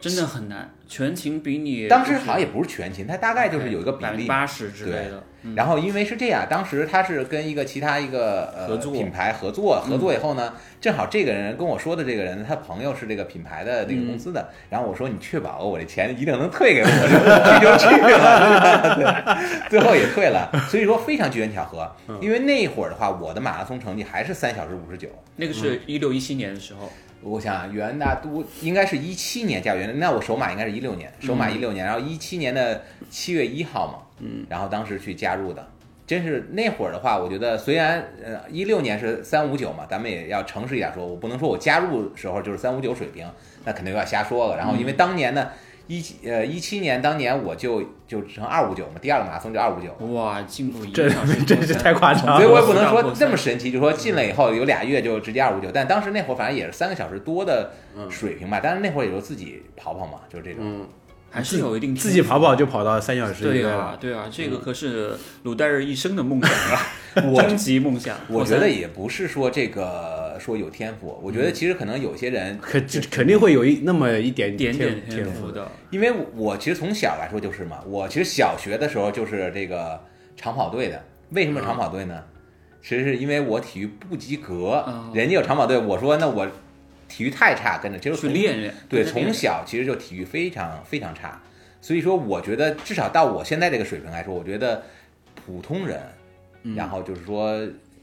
B: 真的很难。全勤比你
C: 当时好像也不是全勤，它大概就是有一个比
B: 百分
C: 例
B: 之。八十之类的。嗯
C: 然后因为是这样，当时他是跟一个其他一个呃
B: 合作嗯
C: 品牌合作，合作以后呢，正好这个人跟我说的这个人，他朋友是这个品牌的这个公
B: 嗯
C: 司的，然后我说你确保我这钱一定能退给我，这就去
B: [laughs]
C: 了，对，最后也退了，所以说非常机缘巧合，因为那会儿的话，我的马拉松成绩还是三小时五十九。
B: 那个
C: 嗯
B: 是一六一七年的时候，
C: 我想啊元大都应该是一七年加元，那我首马应该是一六年，首马一六年，然后一七年的七月一号嘛，嗯，然后当时去加入的，真是那会儿的话，我觉得虽然呃一六年是三五九嘛，咱们也要诚实一点说，我不能说我加入时候就是三五九水平，那肯定有点瞎说了。然后因为当年呢，一呃一七年当年我就就成二五九嘛，第二个马拉松就二五九，
B: 哇，进步一
A: 这
B: 个小时
A: 真是太夸张了
C: 所以我也啊不能说这么神奇，就说进来以后有俩月就直接二五九，但当时那会儿反正也是三个小时多的水平吧，但是那会儿也就自己跑跑嘛，就是这种。
A: 嗯，
B: 还是有一定
A: [laughs] 自己跑跑就跑到三小时以
B: 对
A: 内
B: 啊
A: 了，，
B: 对啊，这个可是鲁代尔一生的梦想啊，
C: 嗯 [laughs]
B: [laughs]
C: 我
B: 终极梦想。
C: 我觉得也不是说这个说有天赋，我觉得其实可能有些人，
A: 肯肯定会有一那么一点
B: 点点
A: 天
B: 赋
A: 的，
B: 的，
C: 因为我其实从小来说就是嘛，我其实小学的时候就是这个长跑队的。为什么长跑队呢？其实是因为我体育不及格
B: 哦，
C: 人家有长跑队，我说那我体育太差，跟着其实
B: 去
C: 从
B: 练练。
C: 对，
B: 跟着练
C: 从小其实就体育非常非常差，所以说我觉得至少到我现在这个水平来说，我觉得普通人，
A: 嗯
C: 然后就是说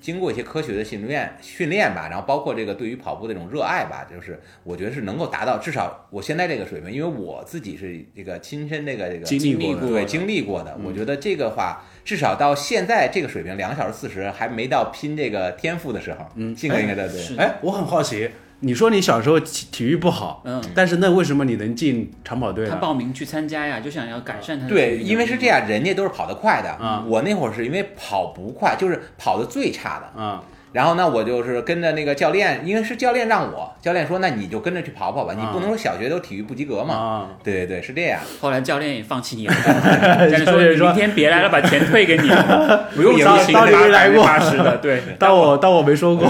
C: 经过一些科学的训练训练吧，然后包括这个对于跑步的这种热爱吧，就是我觉得是能够达到至少我现在这个水平，因为我自己是这个亲身这个这个
A: 经历过的嗯
C: 对经历过的，我觉得这个话至少到现在这个水平，两个小时四十还没到拼这个天赋的时候，嗯，性格应
A: [laughs]
C: 该在对，
B: 是
A: 哎，我很好奇，你说你小时候体体育不好，
B: 嗯，
A: 但是那为什么你能进长跑队
B: 他
A: 呢？
B: 报名去参加呀，就想要改善他的
C: 对，
B: 体育
C: 因为是这样，人家都是跑得快的，
A: 嗯
C: 我那会儿是因为跑不快，就是跑得最差的。
A: 啊，
C: 然后呢，我就是跟着那个教练，因为是教练让我，教练说那你就跟着去跑跑吧，你不能说小学都体育不及格嘛。
A: 啊，
C: 对对对，是这样，
B: 后来教练也放弃你了，教练
A: 教
B: 说：“
A: 练
B: 你
A: 说
B: 明天别来了，把钱退给你，不用
A: 也
B: 操
A: 不
B: 心
A: 当你没来过
B: 八十的。”对，
A: 当
B: [laughs]
A: 我当我没说过，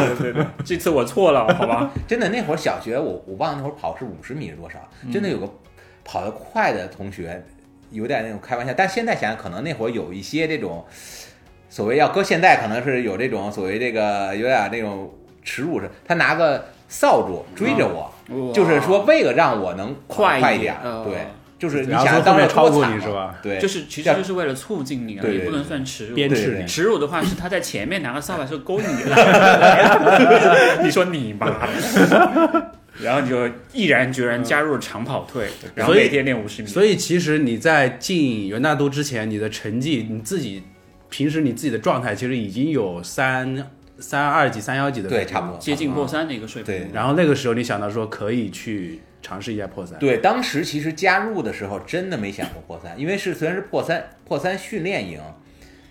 B: 这次我错了，好吧？
C: 真的那会儿小学我我忘了那会儿跑是五十米是多少，真的有个跑得快的同学，有点那种开玩笑，但现在想想可能那会儿有一些这种所谓要搁现在可能是有这种所谓这个有点那种耻辱是，他拿个扫帚追着我。
B: 哇
C: [laughs] 就是说，为了让我能
B: 快一
C: 快
B: 点
C: 点
B: 嗯
C: 儿，对，就是你
A: 然后
C: 想
A: 说
C: 当
A: 后
C: 时
A: 面
C: 有
A: 超
C: 多
A: 过
C: 惨
A: 你是
C: 嘛？
A: 吧？
C: 对，
B: 就是其实就是为了促进你啊，
C: 对对
B: 也不能算耻辱。
A: 鞭
C: 对
A: 笞
C: 对
A: 你，
B: 耻辱的话是他在前面拿个扫把是勾你来，你说你妈的，然后你就毅然决然加入了长跑队，然后
A: 所以
B: 每天练五十米。
A: 所以其实你在进元大都之前，你的成绩你自己平时你自己的状态其实已经有三三二级、三幺级的
C: 对，
A: 水平
C: 差不多。
B: 接近破三的一个水平
C: 对，
A: 然后那个时候你想到说可以去尝试一下破三，
C: 对，当时其实加入的时候真的没想过破三，因为是虽然是破三破三训练营，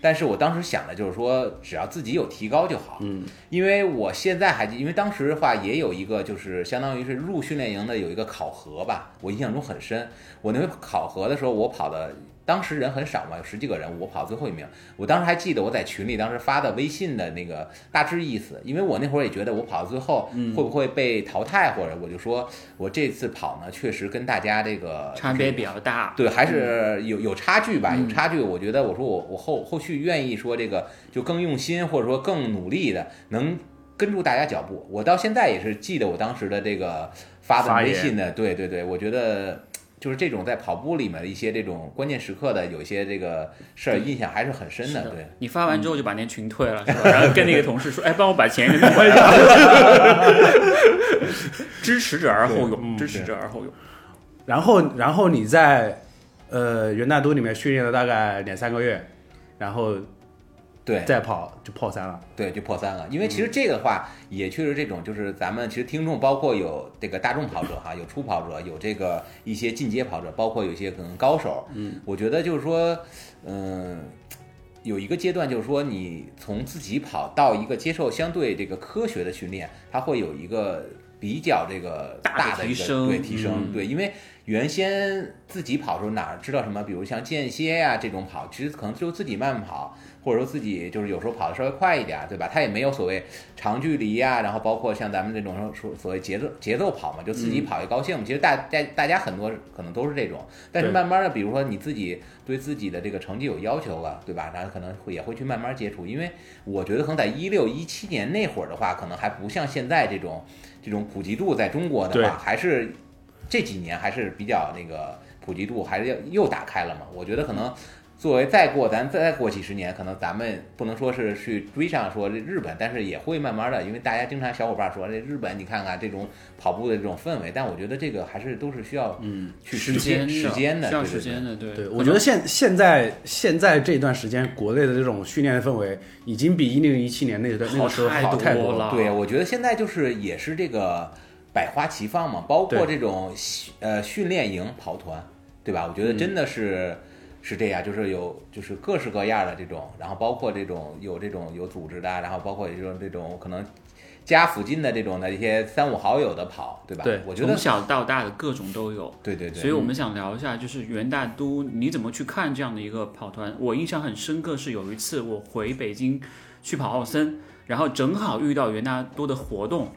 C: 但是我当时想的就是说，只要自己有提高就好。嗯，因为我现在还记因为当时的话也有一个就是相当于是入训练营的有一个考核吧，我印象中很深。我那回考核的时候，我跑的当时人很少嘛，有十几个人，我跑最后一名。我当时还记得我在群里当时发的微信的那个大致意思，因为我那会儿也觉得我跑到最后
B: 嗯
C: 会不会被淘汰，或者我就说我这次跑呢，确实跟大家这个
B: 差别比较大。
C: 对，还是有有差距吧，有差距。我觉得我说我我后后续愿意说这个就更用心，或者说更努力的，能跟住大家脚步。我到现在也是记得我当时的这个发的
A: 发
C: 微
A: 言
C: 信的，对对对，我觉得。就是这种在跑步里面的一些这种关键时刻的有一些这个事儿，印象还是很深的。对，
B: 你发完之后就把那群退了，是吧？然后跟那个同事说：“哎，帮我把钱给弄回来。” [laughs] 知耻者而后勇，支持者而后勇。
A: 然后然后你在呃元大都里面训练了大概两三个月，然后
C: 对，
A: 再跑就破三了，
C: 对，就破三了。因为其实这个的话，也确实这种，就是咱们其实听众包括有这个大众跑者哈，有初跑者，有这个一些进阶跑者，包括有一些可能高手。嗯，我觉得就是说，嗯、有一个阶段就是说，你从自己跑到一个接受相对这个科学的训练，它会有一个比较这个
B: 大的
C: 大的
B: 提
C: 一个嗯
B: 升
C: 对提升、对，因为。原先自己跑的时候哪知道什么，比如像间歇呀、这种跑，其实可能就自己慢慢跑，或者说自己就是有时候跑的稍微快一点，对吧？他也没有所谓长距离呀、然后包括像咱们这种说所谓节奏节奏跑嘛，就自己跑也高兴。其实大大大家很多可能都是这种，但是
A: 对
C: 慢慢的，比如说你自己对自己的这个成绩有要求了，对吧？然后可能会也会去慢慢接触，因为我觉得可能在一六一七年那会儿的话，可能还不像现在这种这种普及度，在中国
A: 对
C: 的话还是这几年还是比较那个普及度还是要又打开了嘛。我觉得可能作为再过咱再过几十年，可能咱们不能说是去追上说这日本，但是也会慢慢的，因为大家经常小伙伴说这日本你看看这种跑步的这种氛围，但我觉得这个还是都是需要嗯去
B: 时
C: 实现
B: 间
C: 时间的
B: 需要
C: 对对
B: 时
C: 对
B: 间的，对
A: 对，
B: 可
A: 我
B: 能
A: 觉得现现在现在这段时间，国内的这种训练氛围已经比一零一七年那段那个时候
B: 好
A: 好
B: 太
A: 太
B: 多
A: 多
B: 了
C: 对，我觉得现在就是也是这个百花齐放嘛，包括
A: 对
C: 这种训呃训练营、跑团，对吧？我觉得真的是、是这样，就是有就是各式各样的这种，然后包括这种有这种有组织的，然后包括也就是这种可能家附近的这种的一些三五好友的跑，对吧？
A: 对
C: 我觉
B: 从
C: 得
B: 小到大的各种都有。
C: 对对对，
B: 所以我们想聊一下，就是袁大都你怎么去看这样的一个跑团？我印象很深刻是有一次我回北京去跑奥森，然后正好遇到袁大都的活动，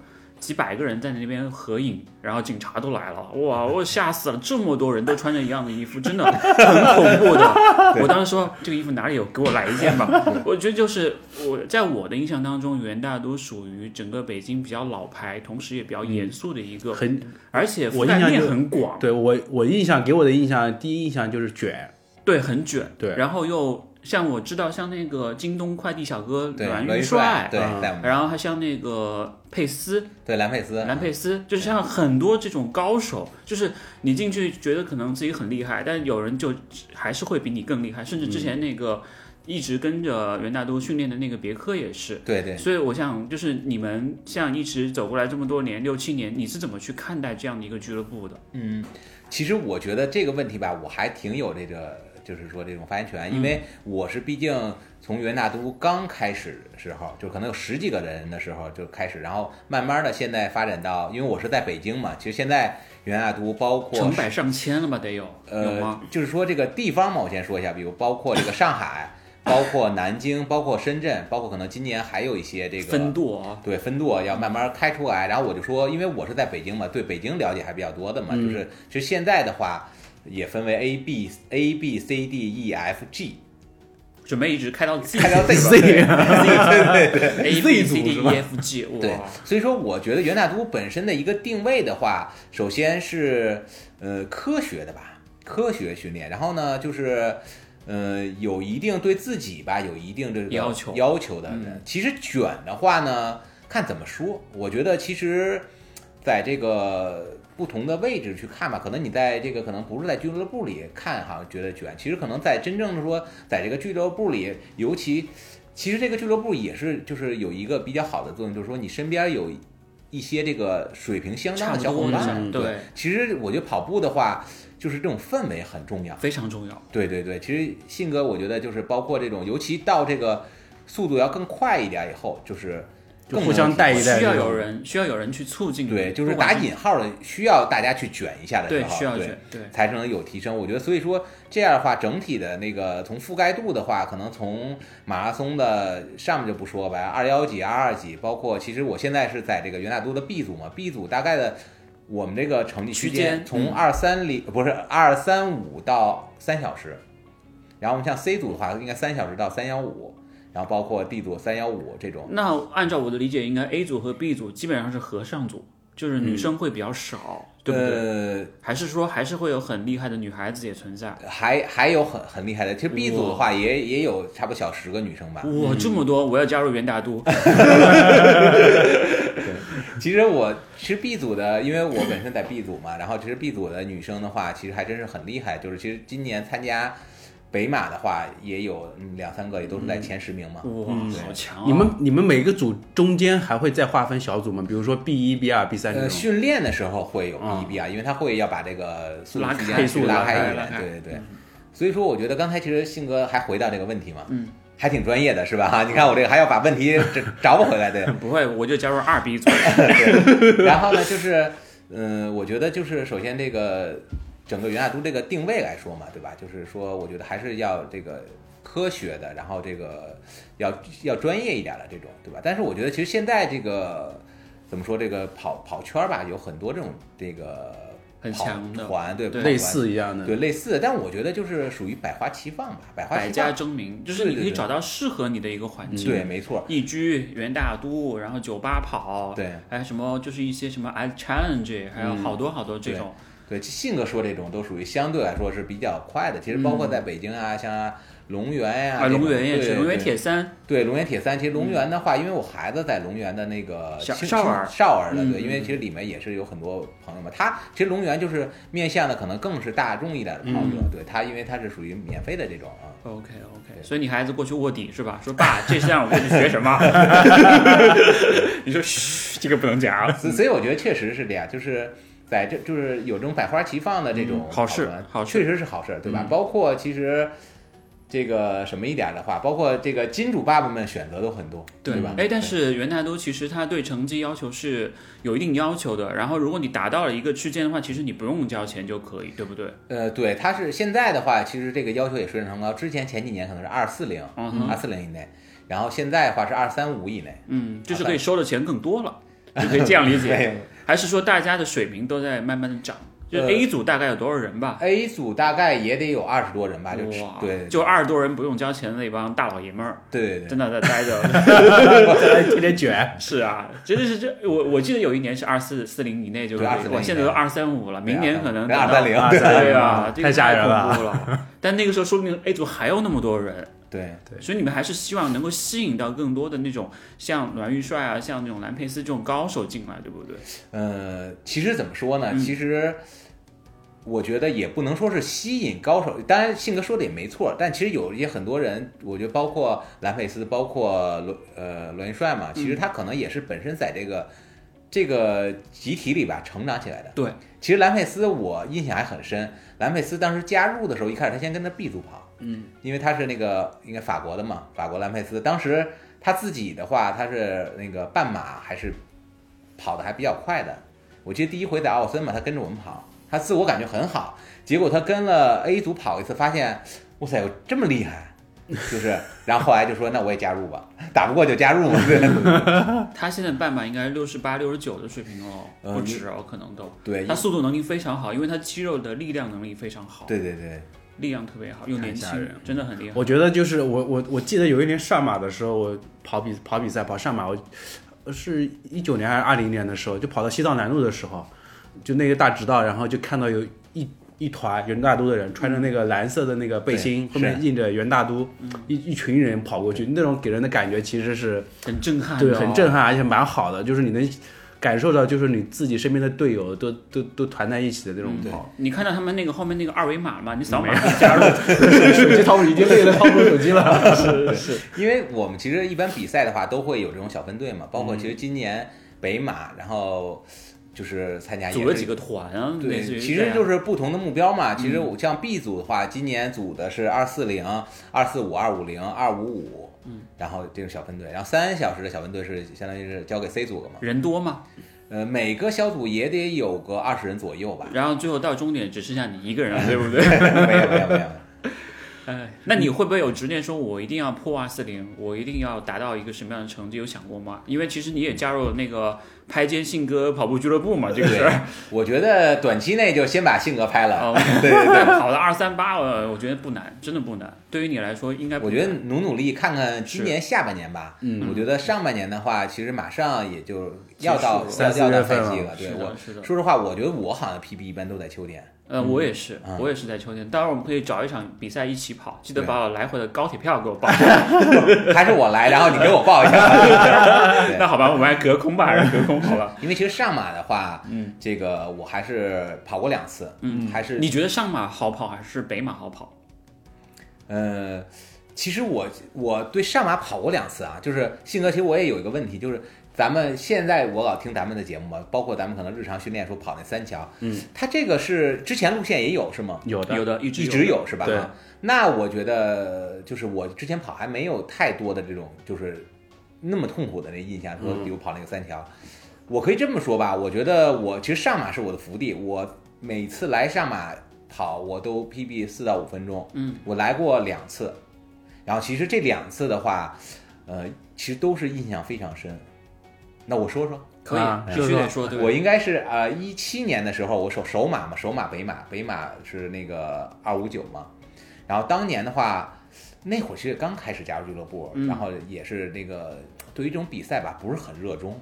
B: 几百个人在那边合影，然后警察都来了，哇，我吓死了！这么多人都穿着一样的衣服，真的很恐怖
A: [laughs]
B: 的。我当时说这个衣服哪里有，给我来一件吧。我觉得就是我在我的印象当中，袁大都属于整个北京比较老牌，同时也比较严肃的一个，
A: 嗯很
B: 而且覆
A: 我
B: 盖
A: 印象
B: 面
A: 就
B: 很广。
A: 对我我印象给我的印象，第一印象就是卷，
B: 对，很卷，
A: 对
B: 然后又像我知道，像那个京东快递小哥
C: 对
B: 阮
C: 栾
B: 玉
C: 玉
B: 帅，
C: 对
A: 嗯
C: 在我们
B: 然后还像那个佩斯、
C: 对蓝佩斯，
B: 兰佩斯，就是像很多这种高手，就是你进去觉得可能自己很厉害，但有人就还是会比你更厉害，甚至之
C: 嗯
B: 前那个一直跟着袁大都训练的那个别克也是。
C: 对对。
B: 所以我想，就是你们像一直走过来这么多年，六七年，你是怎么去看待这样的一个俱乐部的？
C: 其实我觉得这个问题吧，我还挺有这个，就是说这种发言
B: 嗯
C: 权，因为我是毕竟从袁大都刚开始的时候，就可能有十几个人的时候就开始，然后慢慢的现在发展到，因为我是在北京嘛，其实现在袁大都包括
B: 成百上千了吧，得有，有
C: 呃
B: 吗？，
C: 就是说这个地方嘛，我先说一下，比如包括这个上海，包括南京，包括深圳，包括可能今年还有一些这个
B: 分舵啊，
C: 对分舵要慢慢开出来。然后我就说，因为我是在北京嘛，对北京了解还比较多的嘛，就是其实现在的话也分为 A B A B C D E F G，
B: 准备一直开到 Z，
C: 开到
A: Z
C: 对
B: 哦
C: 对对对。
B: A B
A: Z
B: C
A: 组
B: D
A: 是
B: E
A: 吧
B: F G，哇，
C: 对，所以说我觉得袁大都本身的一个定位的话，首先是呃科学的吧，科学训练，然后呢就是。呃，有一定对自己吧，有一定这个
B: 要求
C: 要求的人。
B: 嗯
C: 其实卷的话呢，看怎么说。我觉得其实，在这个不同的位置去看吧，可能你在这个可能不是在俱乐部里看，好像觉得卷。其实可能在真正的说，在这个俱乐部里，尤其其实这个俱乐部也是就是有一个比较好的作用，就是说你身边有一些这个水平相当
B: 差
C: 的
B: 不
C: 小伙
B: 多
C: 伴。
B: 了，对，
C: 其实我觉得跑步的话，就是这种氛围很重要。
B: 非常重要，
C: 对对对，其实信哥，我觉得就是包括这种，尤其到这个速度要更快一点以后，就是
A: 就
C: 更
A: 互相
C: 能
A: 带一带
B: 需要
A: 这种
B: 有人需要有人去促进，
C: 对，就是
B: 不管
C: 打引号的，需要大家去卷一下的时
B: 对，
C: 候，
B: 需要
C: 对
B: 去，对，
C: 才能有提升。我觉得，所以说这样的话，整体的那个从覆盖度的话，可能从马拉松的上面就不说吧，二幺几、二二几，包括其实我现在是在这个元大都的 B 组嘛，B 组大概的我们这个成绩区
B: 区间
C: 间
B: 嗯
C: 从二三零不是二三五到三小时，然后我们像 C 组的话，应该三小时到三幺五，然后包括 D 组三幺五这种。
B: 那按照我的理解，应该 A 组和 B 组基本上是合上组，就是女生会比较少，对不对？
C: 呃，
B: 还是说还是会有很厉害的女孩子也存在？
C: 还还有很很厉害的，其实 B 组的话也也有差不多小十个女生吧。
B: 哇，这么多！我要加入袁大都，
C: [laughs] 其实我其实 B 组的，因为我本身在 B 组嘛，然后其实 B 组的女生的话，其实还真是很厉害。就是其实今年参加北马的话，也有嗯两三个，也都是在前十名嘛。
B: 哇，好强啊！
A: 你们你们每个组中间还会再划分小组吗？比如说 B 一、B 二、B 三这
B: 嗯
C: 呃，
A: 种。
C: 训练的时候会有
A: 嗯
C: BB 啊，因为他会要把这个速度
B: 拉
C: 区
B: 开
C: 间
B: 速
C: 去
B: 度拉
C: 拉
B: 开哎嗯
C: 开一
B: 拉
C: 点，
B: 开
C: 对对对。所以说，我觉得刚才其实信哥还回到这个问题嘛，
B: 嗯，
C: 还挺专业的是吧？ [laughs] 哈，你看我这个还要把问题找找不回来，对。
B: 不会，我就加入二 B 组，
C: 呃然后呢，就是，嗯、我觉得就是首先这个整个元大都这个定位来说嘛，对吧？就是说，我觉得还是要这个科学的，然后这个要要专业一点的这种，对吧？但是我觉得其实现在这个怎么说，这个呃跑跑圈儿吧，有很多这种这个
B: 很
C: 跑
B: 强的
C: 团，对，
B: 对
C: 跑团
A: 类似一样的，
C: 对类似，但我觉得就是属于百花齐放吧，百花
B: 百
C: 齐
B: 家
C: 放。
B: 争鸣，就是你可
C: 对
B: 以
C: 对
B: 找到适合你的一个环境。
C: 对，没错，
B: 易居、元大都，然后酒吧跑，
C: 对，嗯
B: 还有什么就是一些什么 I challenge，还有好多好多这种，
C: 对性格说这种都属于相对来说是比较快的。其实包括在北京啊，像龙源呀、
B: 嗯啊，龙源也
C: 这
B: 是
C: 种对
B: 龙源
C: 对
B: 铁三，
C: 对龙源铁三，其实龙源的话，因为我孩子在龙源的那个
B: 小
C: 青
B: 少儿
C: 青少儿的，
B: 嗯
C: 对，因为其实里面也是有很多朋友嘛。他其实龙源就是面向的可能更是大众一点的跑者，
B: 嗯
C: 对他，因为他是属于免费的这种啊。
B: OK OK，
C: 对
B: 所以你孩子过去卧底是吧？说爸，这项我过去学什
C: [laughs]
B: 么？你说嘘，这个不能讲。啊
C: 所以所以我觉得确实是这样，就是在这就是有这种百花齐放的这种
B: 嗯好事
C: 团
B: 好事
C: 确实是哦好事，对吧？
B: 嗯
C: 包括其实这个什么一点的话，包括这个金主爸爸们选择都很多，对吧？
B: 哎，但是元大都其实它对成绩要求是有一定要求的，然后如果你达到了一个区间的话，其实你不用交钱就可以，对不对？
C: 呃，对，它是现在的话，其实这个要求也水涨船高。之前前几年可能是二四零、
B: 嗯哼
C: 二四零以内，然后现在的话是二三五以内。
B: 嗯，就是可以收的钱更多了，就可以这样理
C: [laughs]
B: 解。还是说大家的水平都在慢慢的涨？就
C: 呃
B: A 组大概有多少人吧？
C: A 组大概也得有二十多人吧，就
B: 哇，
C: 对，
B: 就二十多人不用交钱的那帮大老爷们儿，
C: 对对对
B: 真的在待着。 [laughs]
A: 天天卷，
B: 是啊，真的是这我我记得有一年是二四四零以内就可以，
C: 对2440
B: 哇，现在都二三五了，明年可能
C: 对230
A: 啊
B: [laughs] 对 [laughs] 啊，
A: 230
B: 这个
A: 太吓人
B: 恐
A: 了
B: 怖 [laughs] 了。但那个时候说不定 A 组还有那么多人，
C: 对
B: 所以你们还是希望能够吸引到更多的那种像阮玉帅啊，像那种蓝佩斯这种高手进来，对不对？
A: 嗯
C: 呃，其实怎么说呢？
B: 嗯
C: 其实我觉得也不能说是吸引高手，当然信哥说的也没错，但其实有一些很多人，我觉得包括兰佩斯，包括罗呃罗云帅嘛，
B: 嗯
C: 其实他可能也是本身在这个、这个集体里吧成长起来的。
B: 对，
C: 其实兰佩斯我印象还很深，兰佩斯当时加入的时候，一开始他先跟着 B 组跑，
B: 嗯，
C: 因为他是那个应该法国的嘛，法国兰佩斯，当时他自己的话，他是那个半马还是跑的还比较快的，我记得第一回在奥森嘛，他跟着我们跑，他自我感觉很好，结果他跟了 A 组跑一次，发现哇塞，有这么厉害。就是， [laughs] 然后后来就说那我也加入吧，打不过就加
B: [laughs]
C: 入嘛。对
B: 他现在半马应该六十八、六十九的水平哦，
C: 呃
B: 不止哦，可能都。
C: 对
B: 他速度能力非常好，因为他肌肉的力量能力非常好，
C: 对对对，
B: 力量特别好，又年轻
A: 太吓人，
B: 真的很厉害。
A: 我觉得就是我我我记得有一年上马的时候，我跑比跑比赛跑上马，我是一九年还是二零年的时候，就跑到西藏南路的时候，就那个大直道，然后就看到有一一团元大都的人穿着那个蓝色的那个背心，
C: 对
A: 后面印着元大都，一一群人跑过去，那种给人的感觉其实是
B: 很震撼、哦，
A: 对很震撼，而且蛮好的，就是你能感受到就是你自己身边的队友都都都团在一起的那种 [laughs] 跑。
B: 你看到他们那个后面那个二维码吗？你扫码可以加入。
A: 手机掏已经累 [laughs] 得掏出手机了。
C: 因为我们其实一般比赛的话都会有这种小分队嘛，包括其实今年北马，然后就是参加也
B: 组
C: 是
B: 了几个团啊，类似于
C: 对，
B: 这
C: 其实
B: 样嗯
C: 就是不同的目标嘛。其实我像 B 组的话，今年组的是二四零、二四五、二五零、二五五，嗯，然后这个小分队，然后三小时的小分队是相当于是交给 C 组了嘛。
B: 人多嘛，。
C: 呃，每个小组也得有个二十人左右吧
B: [laughs] 然后最后到终点只剩下你一个人
C: [laughs]
B: 了，对不对？ [laughs]
C: 没有没有没有，
B: 哎，那你会不会有执念，说我一定要破二四零，我一定要达到一个什么样的成绩？有想过吗？因为其实你也加入了那个拍肩信鸽跑步俱乐部嘛，这个事
C: 对
B: 儿。，
C: 我觉得短期内就先把性格拍了。
B: 哦，对对对， [laughs] 跑了二三八，呃我觉得不难，真的不难。对于你来说，应该不
C: 我
B: 难
C: 觉得努努力，看看今
B: 是
C: 年下半年吧。
A: 嗯
C: 我觉得上半年的话，其实马上也就要到
B: 结
A: 束了三
C: 要
A: 四
C: 要到
A: 月份
C: 赛季
A: 了
C: 了。对
B: 是的
C: 我
B: 是的
C: 说实话，我觉得我好像 PB 一般都在秋天。
B: 呃，我也是，
C: 嗯
B: 我也是在秋天。当然，我们可以找一场比赛一起跑，记得
C: 对
B: 把我来回的高铁票给我
C: [laughs]
B: 报。 [laughs]
C: 还是我来，然后你给我报一 [laughs] 下。对
B: 那好吧，我们还隔空吧，
C: [laughs]
B: 还是隔空好吧。
C: 因为其实上马的话，嗯，这个我还是跑过两次，嗯，还是
B: 你觉得上马好跑还是北马好跑？
C: 呃，其实我我对上马跑过两次啊，就是性格，其实我也有一个问题，就是咱们现在我老听咱们的节目嘛，包括咱们可能日常训练说跑那三桥，嗯，它这个是之前路线也有是吗？
A: 有的
B: 有的，一直
C: 一直有是吧？
A: 对
C: 那我觉得就是我之前跑还没有太多的这种就是那么痛苦的那印象，说
B: 嗯
C: 比如跑那个三条，我可以这么说吧，我觉得我其实上马是我的福地，我每次来上马跑我都 PB 四到五分钟，
B: 嗯，
C: 我来过两次，然后其实这两次的话，呃，其实都是印象非常深。那我说说，
B: 可
A: 啊
B: 以，必
A: 就
B: 须
A: 是
B: 得
A: 说
B: 说，对不
C: 我
B: 对？
C: 应该是呃一七年的时候，我首首马嘛，首马北马，北马是那个二五九嘛。然后当年的话，那会儿其实刚开始加入俱乐部，
B: 嗯
C: 然后也是那个对于这种比赛吧，不是很热衷。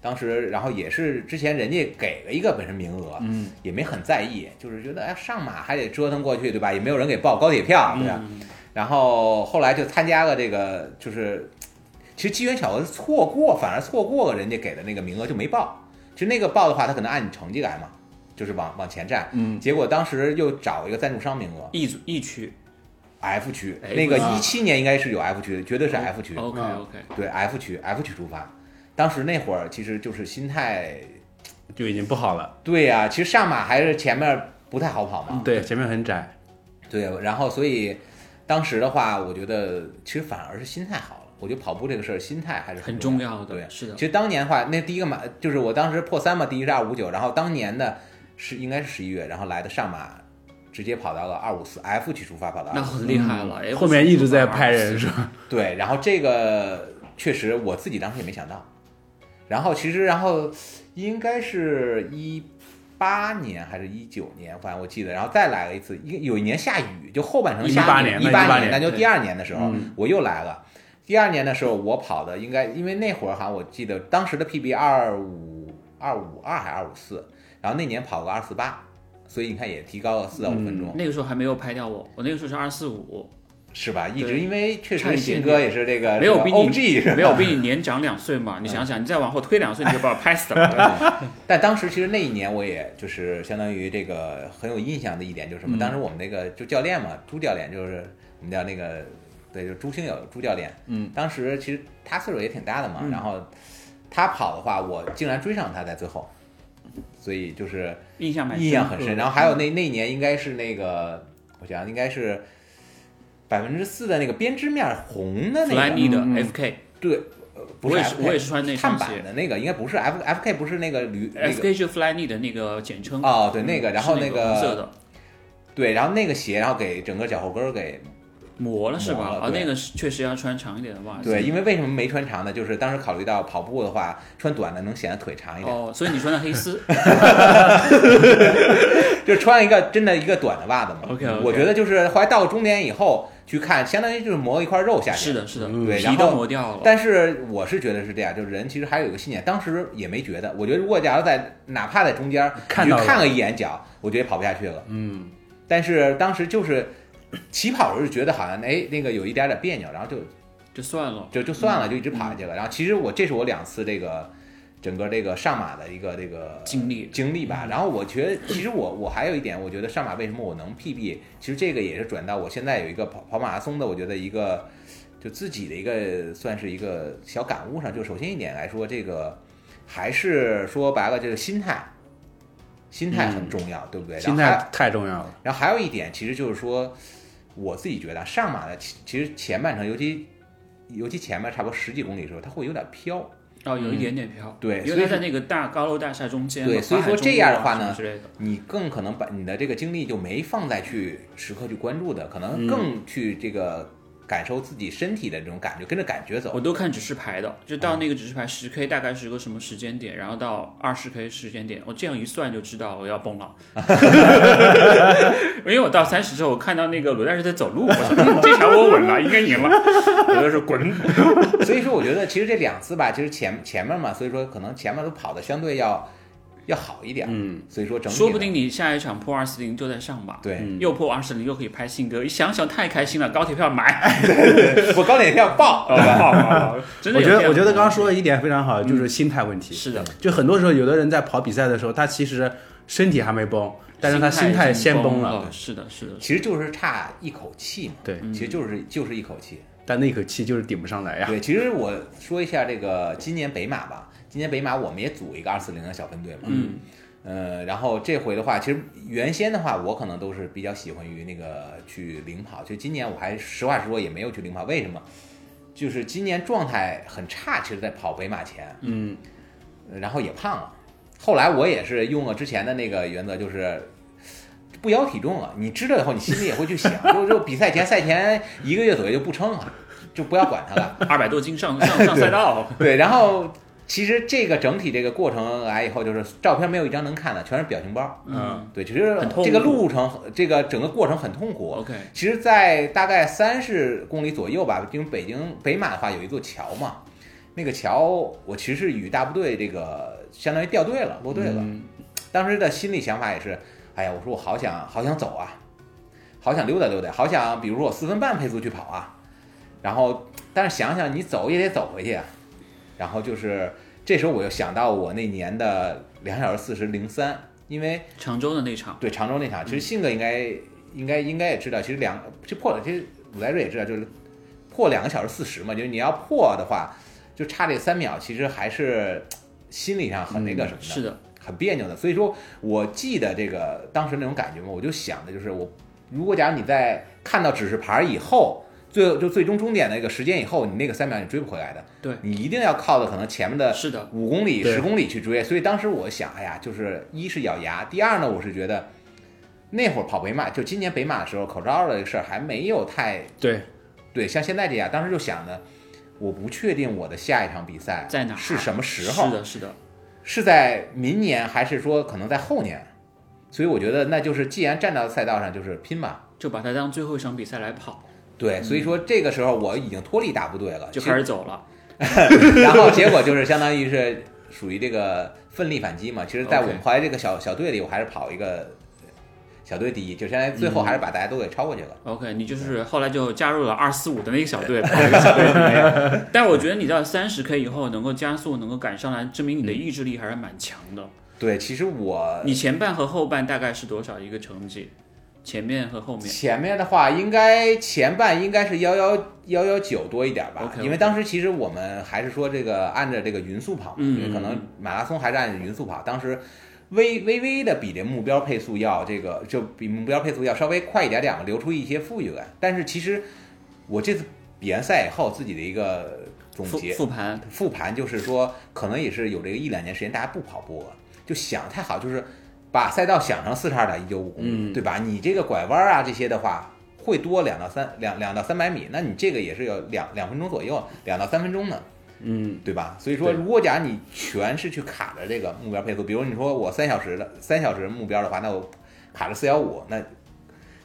C: 当时，然后也是之前人家给了一个本身名额，
A: 嗯，
C: 也没很在意，就是觉得哎上马还得折腾过去，对吧？也没有人给报高铁票，对吧？
B: 嗯
C: 然后后来就参加了这个，就是其实机缘巧合错过，反而错过了人家给的那个名额就没报。其实那个报的话，他可能按你成绩来嘛，就是往往前站。
A: 嗯，
C: 结果当时又找一个赞助商名额
B: 一组一区
C: ，F 区，
B: 哎哦
C: 那个
A: 不
C: 一
A: 是
C: 七年应该是有 F 区的，绝对啊是 F 区。
B: ，OK
A: 嗯
B: OK，
C: 对 F 区，F 区出发。当时那会儿其实就是心态，
A: [laughs] 就已经不好了。
C: 对呀、其实上马还是前面不太好跑嘛。
B: 嗯
A: 对，前面很窄。
C: 对，然后所以当时的话，我觉得其实反而是心态好了。我觉得跑步这个事儿，心态还是
B: 很
C: 重
B: 重要的，
C: 对，
B: 是的
C: 其，实当年的话，那第一个马就是我当时破三嘛，第一是二五九，然后当年的是应该是十一月，然后来的上马，直接跑到了二五四 F 去出发跑到
B: 那
C: 254。
B: 很厉害
C: 嗯
B: 了。哎
A: 嗯后面一直在拍人是吧？
C: 对，然后这个确实我自己当时也没想到。然后其实，然后应该是一八年还是一九年，反正我记得。然后再来了一次，一有一年下雨，就后半程下
A: 18
C: 雨
A: 年
C: 一
A: 那18
C: 年，
A: 年
C: 那就
B: 对
C: 第二年的时候
A: 嗯
C: 我又来了。第二年的时候，我跑的应该，因为那会儿好像我记得当时的 PB 二五二五二还是二五四，然后那年跑个二四八，所以你看也提高了四到五分钟。
B: 那个时候还没有拍掉我，我那个时候是二四
C: [laughs]
B: 五，
C: 是吧？一直
B: 对
C: 因为确
B: 差一
C: 实
B: 点
C: 信
B: 点
C: 哥也是这个
B: 没有
C: 这个
B: 比你
C: OG 是吧
B: 没有比你年长两岁嘛？你想想，你再往后推两岁，你就把我拍死
C: [laughs]
B: 了。
C: 但当时其实那一年我也就是相当于这个很有印象的一点
B: 嗯
C: 就是什么？当时我们那个就教练嘛，朱教练就是我们叫那个对，就朱星友朱教练。
A: 嗯，
C: 当时其实他岁数也挺大的
B: 嗯
C: 嘛，然后他跑的话，我竟然追上他在最后，所以就是
B: 印象蛮深
C: 印象很深。
B: 刻
C: 然后还有那那一年应该是那个，我想应该是百分之四的那个编织面红的
B: 弗
C: 那
B: 莱
C: 个，
B: 尼的
A: 嗯嗯
B: FK，
C: 对，呃不
B: 我也
C: 是
B: 是我也是穿那
C: 碳
B: 双
C: 板
B: 鞋
C: 的那个，应该不是 F F K 不是那个铝那个。
B: ，FK 是 Fly Knee 的那个简称。嗯
C: 哦，对，那个，然后
B: 是那
C: 个
B: 红色的
C: 对，然后那个鞋，然后给整个脚后跟儿给
B: 磨了是吧
C: 磨？了
B: 啊，
C: 对
B: 那个是确实要穿长一点的袜
A: 啊
B: 子。
C: 对，因为为什么没穿长的？就是当时考虑到跑步的话，穿短的能显得腿长一
B: [laughs]
C: 点，
B: 哦，所以你穿的黑丝，
C: 就穿一个真的一个短的袜子嘛。嗯
B: OK，OK
C: 我觉得就是后来到了中年以后去看，相当于就是磨一块肉下去。
B: 是的，是的，
A: 嗯
C: 对然
B: 皮
C: 后
B: 都磨掉了。
C: 但是我是觉得是这样，就是人其实还有一个信念，当时也没觉得。我觉得如果假如在哪怕在中间儿
A: 看
C: 你去
A: 到了
C: 看了一眼脚，我觉得也跑不下去了。
A: 嗯，
C: 但是当时就是起跑时觉得好像哎那个有一点点别扭，然后就
B: 就算了，
C: 就就算了，就一直跑下去了。然后其实我这是我两次这个整个这个上马的一个这个
B: 经历
C: 经历吧。然后我觉得其实我我还有一点，我觉得上马为什么我能 PB，其实这个也是转到我现在有一个跑跑马拉松的，我觉得一个就自己的一个算是一个小感悟上，就首先一点来说，这个还是说白了，这个心态。心态很重要，对不对？然后
A: [laughs] 心
C: 还
A: 态太重要了。
C: 然后还有一点，其实就是说，我自己觉得啊上马的其其实前半程，尤其尤其前面差不多十几公里的时候，它会有点飘。
B: 哦，有一点点飘。
C: 对
B: 因
C: 所
B: 为
C: 以
B: 它在
C: 说
B: 那个大高楼大厦中间嘛。
C: 对所以
B: 淮海
C: 说
B: 中
C: 这
B: 路
C: 样
B: 啊
C: 的话
B: 什么
C: 呢
B: 之类的，
C: 你更可能把你的这个精力就没放在去时刻去关注的，可能更去这个感受自己身体的这种感觉，跟着感
B: [laughs]
C: 觉走。
B: 我都看指示牌的，就
A: 啊
B: 到那个指示牌十 K 大概是个什么时间点，然后到二十 K 时间点，我这样一算就知道我要崩了。 [laughs] 因为我到三十之后，我看到那个罗戴是在走路，
A: [laughs]
B: 我说嗯这场我稳了，应该赢了。我就说 [laughs] 滚。
C: 所以说，我觉得其实这两次吧，其实前前面嘛，所以说可能前面都跑的相对要要好一点。
A: 嗯，
C: 所以说整体的
B: 说不定你下一场破二四零就在上吧。
C: 对，
B: 又破二四零，又可以拍信鸽，一想想太开心了，高铁票买， [laughs]
C: 我高点要爆。
B: 好好好，真的
A: 我觉
B: 有嗯这样的。
A: 得我觉得刚刚说的一点非常好，就是心态问题。
B: 是的，
A: 就很多时候，有的人在跑比赛的时候，他其实身体还没崩，但是他心
B: 态
A: 态
B: 已经
A: 先
B: 崩哦
A: 了，。
B: 是的，是的，
C: 其实就是差一口气嘛，
A: 对，
C: 其实就是就是一口气。
A: 但那口气就是顶不上来呀。
C: 对，其实我说一下这个今年北马吧，今年北马我们也组一个二四零的小分队嘛。
B: 嗯。
C: 呃，然后这回的话，其实原先的话，我可能都是比较喜欢于那个去领跑，就今年我还实话实说也没有去领跑，为什么？就是今年状态很差，其实在跑北马前，呃
A: 嗯，
C: 然后也胖了。后来我也是用了之前的那个原则，就是不摇体重了，你知道以后，你心里也会去想，就就比赛前赛前一个月左右就不称了，就不要管它了。
B: 二百多斤上上上赛
A: [laughs]
B: [laughs] 道，
C: 对，然后其实这个整体这个过程来以后，就是照片没有一张能看的，全是表情包。
B: 嗯
C: 对，其实
B: 很痛苦
C: 这个路程，这个整个过程很痛苦。
B: ，OK，
C: 其实，在大概三十公里左右吧，因为北京北马的话有一座桥嘛，那个桥我其实是与大部队这个相当于掉队了，落队了。
B: 嗯
C: 当时的心理想法也是，哎呀，我说我好想好想走啊，好想溜达溜达，好想比如说我四分半配速去跑啊，然后但是想想你走也得走回去啊，然后就是这时候我又想到我那年的两小时四十零三，因为
B: 常州的那场，
C: 对常州那场，其实信哥应该、应该应该也知道，其实两就破了，其实鲁代瑞也知道，就是破两个小时四十嘛，就是你要破的话，就差这三秒，其实还是心理上很那个什么的。
B: 是的，
C: 很别扭的。所以说我记得这个当时那种感觉嘛，我就想的就是我，如果假如你在看到指示牌以后，最就最终终点的那个时间以后，你那个三秒你追不回来的，
B: 对
C: 你一定要靠的可能前面的
B: 是的，
C: 五公里、
A: 对
C: 十公里去追。所以当时我想，哎呀，就是一是咬牙，第二呢，我是觉得。那会儿跑北马，就今年北马的时候，口罩的事儿还没有太
A: 对，
C: 对，像现在这样。当时就想的，我不确定我的下一场比赛
B: 在哪儿啊
C: 是什么时候，
B: 是的，是的，
C: 是在明年还是说可能在后年？所以我觉得那就是既然站到赛道上，就是拼吧。
B: 就把它当最后一场比赛来跑，
C: 对，所以说这个时候我已经脱离大部队了，
B: 就
C: 其
B: 开始走了。
C: 实然后结果就是相当于是属于这个奋力反击嘛。其实，在
B: OK
C: 我们后来这个小小队里，我还是跑一个小队第一，就相当于最后还是把大家都给超过去了。
B: OK，你就是后来就加入了二四五的那个小
C: [laughs]
B: 队，跑了一个小队里面 [laughs] 但我觉得你到三十 K 以后能够加速，能够赶上来，证明你的意志力还是蛮强的。
C: 对，其实我
B: 你前半和后半大概是多少一个成绩？前面和后面
C: 前面的话，应该前半应该是幺幺幺幺九多一点吧
B: OK，OK
C: 因为当时其实我们还是说这个按着这个匀速跑嘛，
B: 嗯
C: 因为可能马拉松还是按着匀速跑。当时微微微的比这目标配速要这个就比目标配速要稍微快一点点嘛，留出一些富裕来。但是其实我这次比完赛以后自己的一个总
B: 复
C: 结
B: 复盘，
C: 复盘，就是说可能也是有这个一两年时间大家不跑步了，就想太好，就是把赛道想成四十二点一九五公里，
A: 嗯
C: 对吧？你这个拐弯啊这些的话，会多两到三两两到三百米，那你这个也是有两两分钟左右，两到三分钟呢，
A: 嗯，
C: 对吧？所以说，
A: 对
C: 如果假如你全是去卡着这个目标配速，比如你说我三小时的三小时目标的话，那我卡着四幺五，那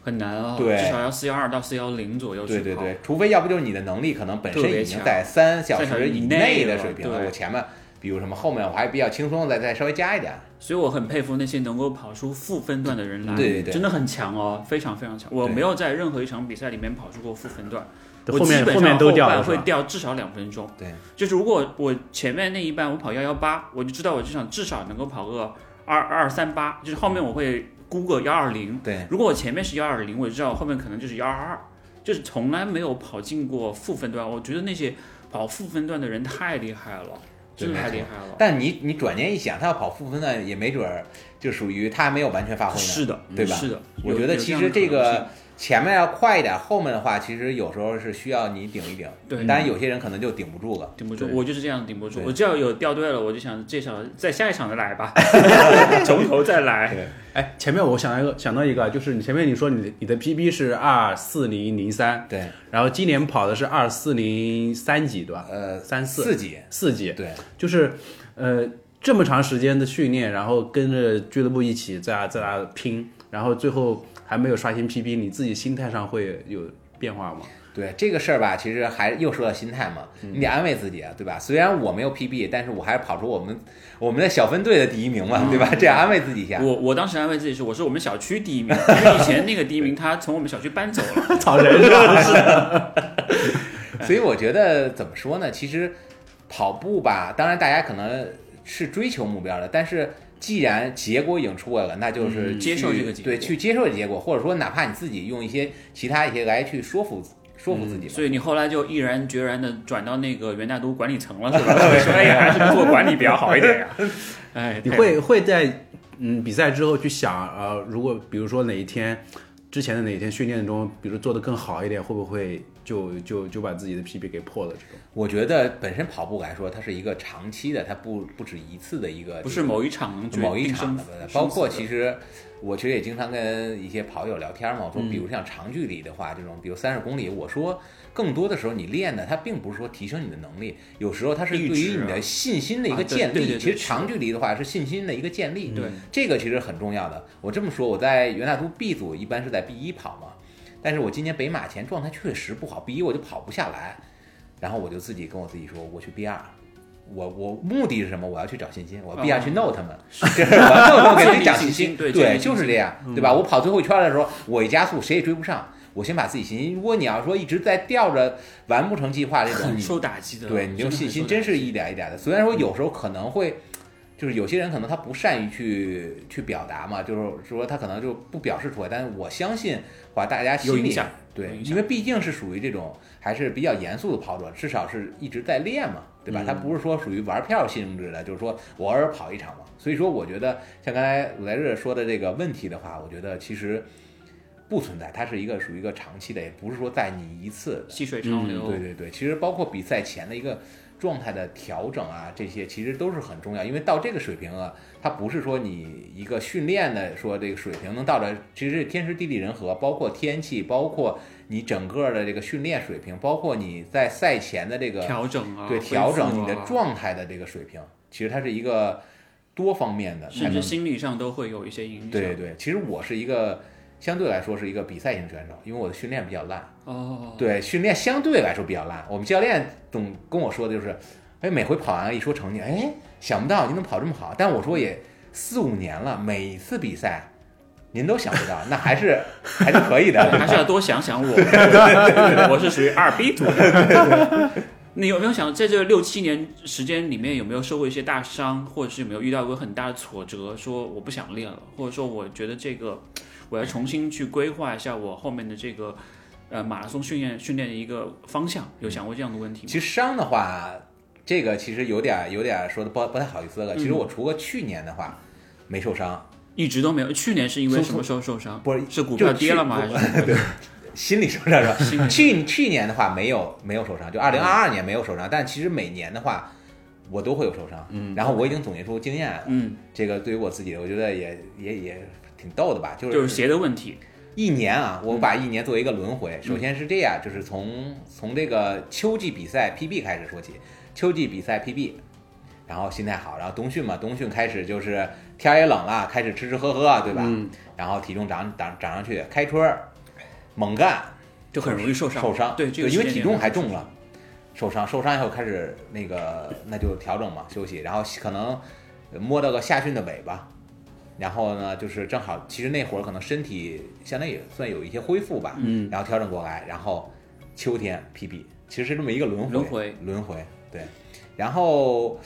B: 很难哦，
C: 对
B: 至少要四幺二到四幺零左右去
C: 对
B: 跑。
C: 对对，除非要不就是你的能力可能本身
B: 特别
C: 已经
B: 强
C: 在三小
B: 三小
C: 时
B: 时
C: 以
B: 以
C: 内
B: 内
C: 的
B: 了
C: 水平了，
B: 对
C: 我前面比如什么后面我还比较轻松的再再稍微加一点。
B: 所以我很佩服那些能够跑出负分段的人来，
C: 对对对
B: 真的很强哦，非常非常强。我
C: 对
B: 没有在任何一场比赛里面跑出过负分段，我
A: 后
B: 基
A: 面
B: 本
A: 后
B: 上
A: 面都掉
B: 半
A: 了是
B: 会
A: 吧，
B: 掉至少两分钟。
C: 对，
B: 就是如果我前面那一半我跑幺幺八，我就知道我这场至少能够跑个二二三八，就是后面我会估个幺二零。
C: 对，
B: 如果我前面是幺二零，我知道我后面可能就是幺二二，就是从来没有跑进过负分段。我觉得那些跑负分段的人太厉害了，
C: 对
B: 真的太
C: 没
B: 厉
C: 错
B: 害了。
C: 但你你转念一想，他要跑负分呢，也没准儿就属于他还没有完全发挥呢。
B: 是的，
C: 对吧
B: 是的，
C: 我
B: 有
C: 觉得
B: 有
C: 其
B: 样
C: 实
B: 的
C: 这
B: 可能
C: 个
B: 性
C: 前面要快一点，后面的话其实有时候是需要你顶一顶。
B: 对
C: 当然有些人可能就顶不住了。
B: 顶不住，
A: 对
B: 我就是这样顶不住。
C: 对
B: 我只要有掉队了，我就想这场再下一场再来
C: [laughs]
B: 吧，从头再来。
A: 哎，前面我想到一个想到一个，就是你前面你说你的你的 PB 是二四零零三，
C: 对，
A: 然后今年跑的是二四零三几对吧？
C: 呃，
A: 三四
C: 四级，
A: 四几，
C: 对，
A: 就是呃这么长时间的训练，然后跟着俱乐部一起在那在那拼，然后最后还没有刷新 PB，你自己心态上会有变化 [laughs] 吗？
C: 对这个事儿吧，其实还又说到心态嘛，
B: 嗯
C: 你得安慰自己啊，对吧？虽然我没有 PB，但是我还是跑出我们我们的小分队的第一名
B: 嗯
C: 嘛，对吧？这样安慰自己一下。
B: 我我当时安慰自己是，我是我们小区第一名，因为以前那个第一
C: [laughs]
B: 名他从我们小区搬走了。
A: 草人是吧？
C: 所以我觉得怎么说呢？其实跑步吧，当然大家可能是追求目标的，但是既然结果已经出来了，那就是
B: 嗯
C: 去
B: 接受这个结果
C: 对，去接受这个结果，或者说哪怕你自己用一些其他一些来去说服说服自己吧。
B: 嗯所以你后来就毅然决然的转到那个元大都管理层
C: [laughs]
B: 了，是吧？说哎呀，还是做管理比较好一点呀、哎，
A: [laughs] 你
B: 太
A: 会会在嗯比赛之后去想呃，如果比如说哪一天之前的哪一天训练中，比如做的更好一点，会不会就就就把自己的 PB 给破了这种？
C: 我觉得本身跑步来说，它是一个长期的，它不不止一次的一个
B: 不是某一场能决
C: 某一
B: 定
C: 场
B: 生
C: 的
B: 死，
C: 包括其
B: 实
C: 实我其实也经常跟一些跑友聊天嘛，我说，
A: 嗯
C: 比如像长距离的话，这种比如三十公里，我说更多的时候你练的，它并不是说提升你的能力，有时候它是
B: 意
C: 对
B: 志
C: 于你
B: 啊
C: 的信心的一
B: 啊
C: 个
B: 对
C: 建
B: 对对
C: 立。
B: 对
C: 其实
B: 是嗯
C: 长距离的话是信心的一个建立，
B: 对
C: 这个其实很重要的。我这么说，我在元大都 B 组一般是在 B 一跑嘛，但是我今年北马前状态确实不好，B 一我就跑不下来，然后我就自己跟我自己说，我去 B 二。我我目的是什么？我要去找信心，我 B 二去弄他们，就是我要弄他们给自己找信心。
B: 对啊 [laughs] 建立
C: 对，
B: 信心嗯
C: 就是这样，对吧？我跑最后一圈的时候，我一加速谁也追不上，我先把自己信心。如果你要说一直在吊着完不成计划这种，
B: 很
C: 你
B: 受打击的。
C: 对，你就
B: 的很
C: 信心
B: 受
C: 真
B: 打
C: 是
B: 击
C: 一点一点的。虽然说有时候可能会，就是有些人可能他不善于去去表达嘛，就是说他可能就不表示出来。但是我相信，话大家
B: 有
C: 心
B: 影
C: 里
B: 响有
C: 对，
B: 影响
C: 因为毕竟是属于这种还是比较严肃的跑者，至少是一直在练嘛，对吧？他
B: 嗯
C: 不是说属于玩票性质的，就是说我偶尔跑一场嘛。所以说，我觉得像刚才鲁来日说的这个问题的话，我觉得其实。不存在，它是一个属于一个长期的，也不是说在你一次
B: 细水
A: 嗯
B: 长流。
C: 对对对，其实包括比赛前的一个状态的调整啊，这些其实都是很重要，因为到这个水平啊，它不是说你一个训练的说这个水平能到这，其实是天时地利人和，包括天气，包括你整个的这个训练水平，包括你在赛前的这个
B: 调整啊，
C: 对
B: 恢复
C: 调整你的
B: 啊，
C: 状态的这个水平，其实它是一个多方面的，才
B: 甚
C: 能
B: 至心理上都会有一些影响。
C: 嗯对对，其实我是一个相对来说是一个比赛型选手，因为我的训练比较烂。
B: 哦，
C: 对，训练相对来说比较烂。我们教练总跟我说的就是，哎，每回跑完一说成绩，哎，想不到您能跑这么好。但我说也四五年了，每一次比赛您都想不到，那还是还是可以的。
B: 还是要多想想
C: [laughs]
B: 我，我是属于二 B 组的。你有没有想在这六七年时间里面，有没有受过一些大伤，或者是有没有遇到过很大的挫折？说我不想练了，或者说我觉得这个我要重新去规划一下我后面的这个呃马拉松训练训练的一个方向。有想过这样的问题吗？
C: 其实伤的话，这个其实有点有点说的不不太好意思了。其实
B: 嗯
C: 我除了去年的话，没受伤，
B: 一直都没有。去年是因为
C: 从
B: 什么时候受伤？
C: 不是
B: 是股
C: 就
B: 票
C: 去
B: 跌了吗？还是什么
C: 心理受伤是吧？
B: 心理
C: 去去年的话没有没有受伤，就二零二二年没有受伤，但其实每年的话我都会有受伤。嗯，然后我已经总结出经验来了。
B: 嗯，
C: 这个对于我自己，我觉得也也也挺逗的吧，就
B: 就是
C: 是
B: 鞋的问题。
C: 一年啊，我把一年作为一个轮回。首先是这样，就是从从这个秋季比赛 PB 开始说起，秋季比赛 PB，然后心态好，然后冬训嘛，冬训开始就是天儿也冷了，开始吃吃喝喝，对吧？
A: 嗯
C: 然后体重涨涨涨上去，开春儿猛干，
B: 就很容易受伤，
C: 受伤，
B: 对，这个
C: 因为
B: 时间
C: 体
B: 点
C: 重还重了，受伤，受伤以后开始那个 [laughs] 那就调整嘛，休息，然后可能摸到个夏训的尾巴，然后呢就是正好，其实那会儿可能身体相当于也算有一些恢复吧，
A: 嗯，
C: 然后调整过来，然后秋天 PB，其实是这么一个轮回，
B: 轮回，
C: 轮回，对，然后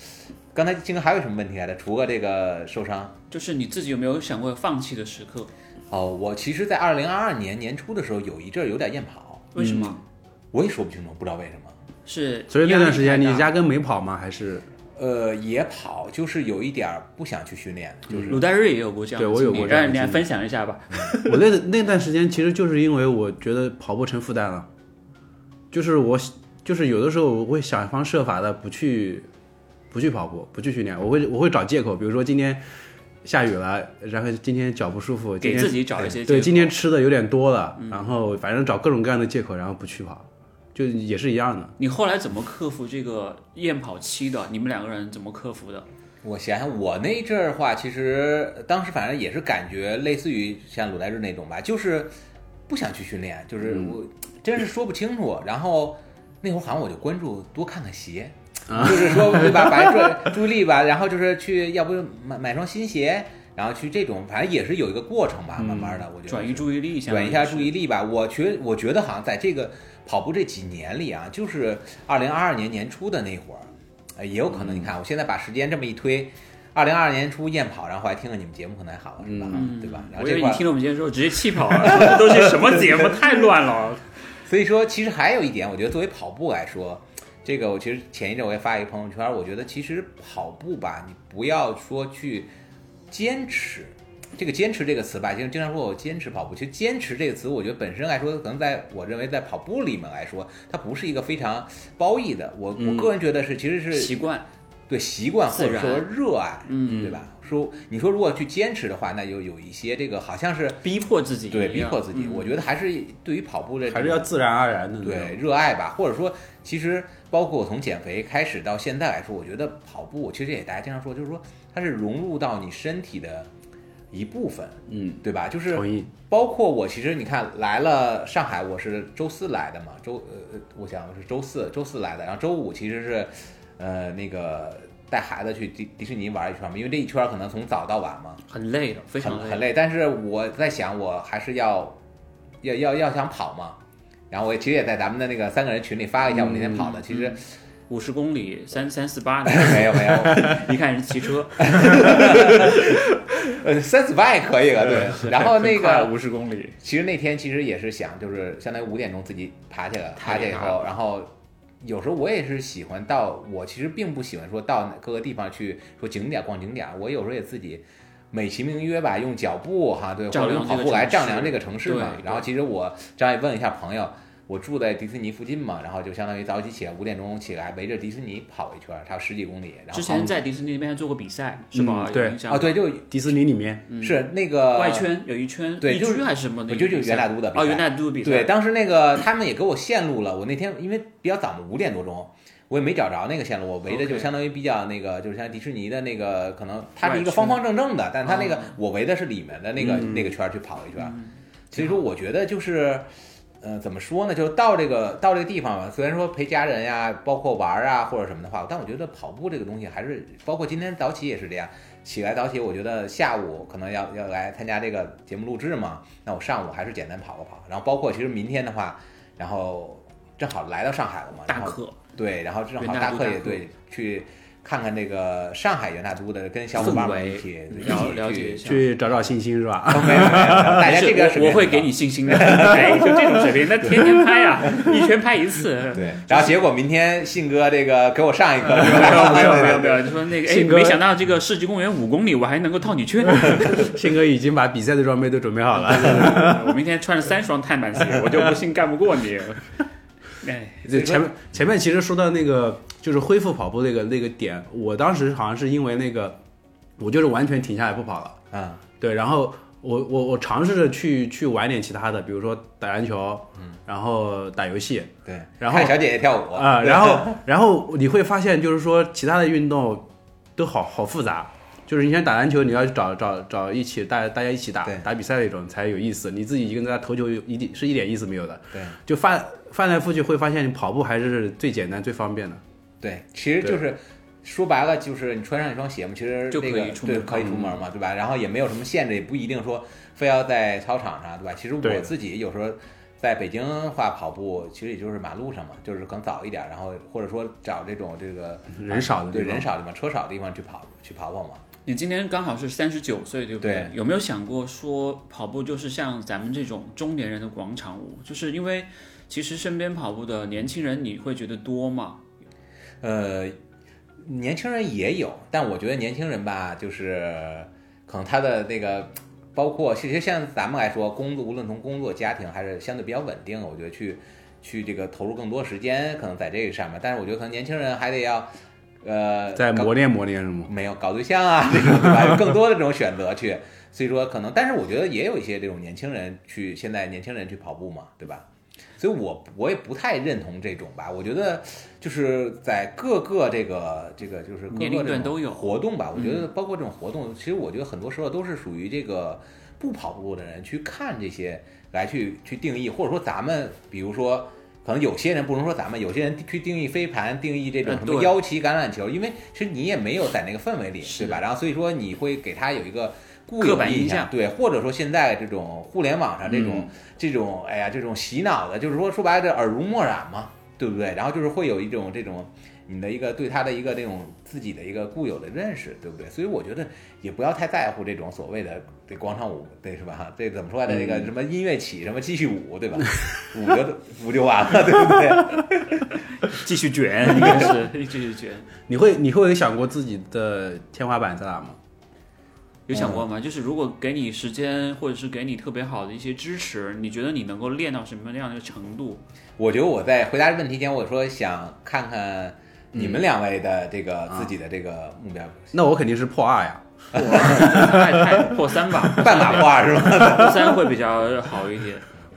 C: 刚才金哥还有什么问题来着？除了这个受伤，
B: 就是你自己有没有想过放弃的时刻？
C: 哦，我其实，在二零二二年年初的时候，有一阵儿有点厌跑，
B: 为什么？
C: 我也说不清楚，不知道为什么。
B: 是
A: 所以那段时间
B: 压
A: 你
B: 力太大
A: 压根没跑吗？还是
C: 呃，也跑，就是有一点儿不想去训练，就是
B: 鲁代日也有过这样
A: 对
B: 的
A: 我
B: 经
A: 有
B: 历
A: 过这样
B: 让
A: 的
B: 你来
A: 经历
B: 分享一下吧。
A: [laughs] 我那那段时间其实就是因为我觉得跑步成负担了，就是我就是有的时候我会想方设法的不去不去跑步，不去训练，我会我会找借口，比如说今天下雨了，然后今天脚不舒服，今
B: 给
A: 天
B: 自己找一些借
A: 对，
B: 口嗯
A: 今天吃的有点多了，然后反正找各种各样的借口，然后不去跑，就也是一样的。
B: 你后来怎么克服这个厌跑期的？你们两个人怎么克服的？
C: 我想想，我那一阵儿的话，其实当时反正也是感觉类似于像鲁代日那种吧，就是不想去训练，就是
B: 嗯
C: 我真是说不清楚。然后那会儿好像我就关注多看看鞋，
B: 啊
C: 就是说
B: [laughs]
C: 对吧，把注注意力吧，然后就是去要不买买双新鞋，然后去这种，反正也是有一个过程吧，慢慢的，我觉
B: 嗯
C: 得
B: 转移注意力，
C: 转移一下注
B: 意。
C: 意力吧。我觉我觉得好像在这个跑步这几年里啊，就是二零二二年年初的那会儿，呃也有可
B: 嗯
C: 能。你看，我现在把时间这么一推，二零二二年初验跑，然后还听了你们节目，可能还好了，是吧？
B: 嗯，
C: 对吧？然后
B: 我以
C: 这
B: 为
C: 块
B: 你
C: 儿，
B: 听了我们节目之后直接气跑了， [laughs] 都是什么节目？太乱了。
C: 所以说其实还有一点，我觉得作为跑步来说。这个我其实前一阵我也发一个朋友圈，我觉得其实跑步吧，你不要说去坚持，这个“坚持”这个词吧，经经常说我坚持跑步。其实“坚持”这个词，我觉得本身来说，可能在我认为在跑步里面来说，它不是一个非常褒义的。我我个人觉得是，其实是
B: 嗯习惯，
C: 对习惯或
B: 自
C: 者
B: 然
C: 说热爱，
B: 嗯
C: 对吧？说你说如果去坚持的话，那有有一些这个好像是
B: 逼迫自己，嗯
C: 对逼迫自己。我觉得还是对于跑步的
A: 还是要自然而然的那种
C: 对热爱吧，或者说，其实包括我从减肥开始到现在来说，我觉得跑步其实也大家经常说，就是说它是融入到你身体的一部分，
A: 嗯，
C: 对吧？就是
A: 同意。
C: 包括我，其实你看来了上海，我是周四来的嘛，周呃，呃我想我是周四周四来的，然后周五其实是，呃，那个带孩子去迪迪士尼玩一圈嘛，因为这一圈可能从早到晚嘛，
B: 很累的，非
C: 很
B: 常
C: 很累。但是我在想，我还是要要要要想跑嘛，然后我其实也在咱们的那个三个人群里发了一下我那天跑的，其实
B: 五十公里三三四八，
C: 没有没有，
B: [laughs] 你看人骑车，
C: 呃，三四八也可以了，对。然后那个
B: 五十公里，
C: 其实那天其实也是想，就是相当于五点钟自己爬起来，
B: 太
C: 爬起来以
B: 厉害了
C: 后，然后有时候我也是喜欢到，我其实并不喜欢说到各个地方去说景点逛景点，我有时候也自己美其名曰吧，用脚步哈，对，或
B: 丈
C: 者
B: 量
C: 用跑
B: 这个
C: 步来
B: 城市
C: 丈量这个城市嘛
B: 对。
C: 然后其实我这样也问一下朋友，我住在迪士尼附近嘛，然后就相当于早起起来五点钟起来，围着迪士尼跑一圈，差不多十几公里。然后
B: 之前在迪士尼那边还做过比赛，是吧？
A: 嗯对
B: 有印象
C: 啊，对，就、
A: 迪士尼里面，
B: 嗯
C: 是那个
B: 外圈有一圈，
C: 对
B: 一
C: 就是
B: 区还是什么那个
C: 我
B: 比赛？
C: 觉得就是元大都的比赛
B: 哦，元大都的比赛，
C: 对，，当时那个他们也给我线路了，我那天因为比较早嘛，五点多钟，我也没找着那个线路，我围着
B: OK
C: 就相当于比较那个，就是像迪士尼的那个，可能它是一
B: 外
C: 个
B: 圈
C: 方方正正的，但它那个、
B: 哦嗯
C: 我围的是里面的那个、那个圈儿去跑一圈儿，所以说我觉得就是。呃，怎么说呢？就是到这个到这个地方吧，虽然说陪家人呀、包括玩儿啊或者什么的话，但我觉得跑步这个东西还是，包括今天早起也是这样，起来早起，我觉得下午可能要要来参加这个节目录制嘛，那我上午还是简单跑了跑，然后包括其实明天的话，然后正好来到上海了嘛，
B: 大
C: 然后
B: 可
C: 对，然后正好
B: 元大
C: 大
B: 都
C: 课
B: 大
C: 也
B: 课
C: 对去看看这个上海元大都的，跟小伙
B: 氛
C: 伴们
B: 围
C: 一起对
B: 了了
C: 一
B: 解
C: 起
B: 一
C: 去。
B: 下
A: 去找找信心是吧？ [laughs]
C: 哦没有没有没有大家
B: 没事
C: 这个
B: 我
C: 水平
B: 我会给
C: 很高
B: 你信心的， [laughs] 哎，就这种水平，那天天拍
C: [laughs]
B: 啊，一圈拍一次。
C: 对，然后结果明天信哥这个给我上一课，对
B: [laughs] 呃没有没有没有没有，
C: 对对
B: 就说那个哎，
A: 信哥
B: 没想到这个世纪公园五公里我还能够套你
C: [laughs]
B: 圈，
A: 信哥已经把比赛的装备都准备
B: [laughs]
A: 好了，
B: 我明天穿了三双碳板鞋，我就不信干不过你。 [laughs] 哎，
A: 就前面前面其实说到那个就是恢复跑步那个那个点，我当时好像是因为那个，我就是完全停下来不跑了。
C: [laughs] 嗯，
A: 对，然后我我我尝试着去去玩点其他的，比如说打篮球，嗯，然后打游戏
C: 对，
A: 然后
C: 看小姐姐跳舞
A: 啊、然后 [laughs] 然后你会发现，就是说其他的运动都好好复杂。就是你想打篮球，你要去找找找一起大大家一起打
C: 对
A: 打比赛那种才有意思，你自己一个人在那投球有一定是一点意思没有的。
C: [laughs] 对，
A: 就翻翻来覆去会发现，你跑步还是最简单最方便的。
C: 对，其实
A: 对
C: 就是说白了，就是你穿上一双鞋嘛，其实
B: 就
C: 那
B: 可以
C: 个
B: 出
C: 对
B: 门
C: 可以出
A: 嗯
C: 门嘛，对吧？然后也没有什么限制，也不一定说非要在操场上，对吧？其实
A: 对的
C: 我自己有时候在北京话跑步，其实也就是马路上嘛，就是更早一点，然后或者说找这种这个
A: 人少的地
C: 对
A: 方
C: 人少的地方、车少的地方去跑去跑跑嘛。
B: 你今年刚好是三十九岁，对不
C: 对
B: 有没有想过说跑步就是像咱们这种中年人的广场舞？就是因为其实身边跑步的年轻人，你会觉得多吗？
C: 呃，年轻人也有，但我觉得年轻人吧，就是可能他的那个，包括其实像咱们来说，工作无论从工作、家庭还是相对比较稳定，我觉得去去这个投入更多时间，可能在这个上面。但是我觉得可能年轻人还得要，呃，
A: 在
C: 搞
A: 磨练磨练是吗？
C: 没有搞对象啊， [laughs] 这个对吧？有更多的这种选择去。所以说，可能，但是我觉得也有一些这种年轻人去，现在年轻人去跑步嘛，对吧？所以我我也不太认同这种吧。我觉得就是在各个这个这个就是各个
B: 年龄段都有嗯
C: 这 [laughs] 种活动吧。我觉得包括这种活动，其实我觉得很多时候都是属于这个不跑步的人去看这些来去去定义，或者说咱们比如说。可能有些人不能说咱们，有些人去定义飞盘，定义这种
B: 呃
C: 什么
B: 对
C: 腰旗橄榄球，因为其实你也没有在那个氛围里，
B: 是
C: 对吧？然后所以说你会给他有一个固
B: 刻
C: 有
B: 板印
C: 印
B: 象嗯
C: 对，或者说现在这种互联网上这种、这种，哎呀，这种洗脑的，就是说说白了，这耳濡目染嘛，对不对？然后就是会有一种这种你的一个对他的一个这种自己的一个固有的认识，对不对？所以我觉得也不要太在乎这种所谓的这广场舞，对是吧？这怎么说来着？这个什么音乐起，什么继续舞，对吧？舞就舞就完了， [laughs] 对不对？
B: 继续卷，应该是继续卷。
A: [laughs] 你会你会有想过自己的天花板在哪吗？
B: 有想过吗？就是如果给你时间，或者是给你特别好的一些支持，你觉得你能够练到什么样的一个程度？ [laughs]
C: 我觉得我在回答这问题前，我说想看看你们两位的这个自己的这个目标。
A: 那我肯定是破二呀。
B: 破太太破三吧，
C: 半马褂是吧？
B: 破三会比较好一点。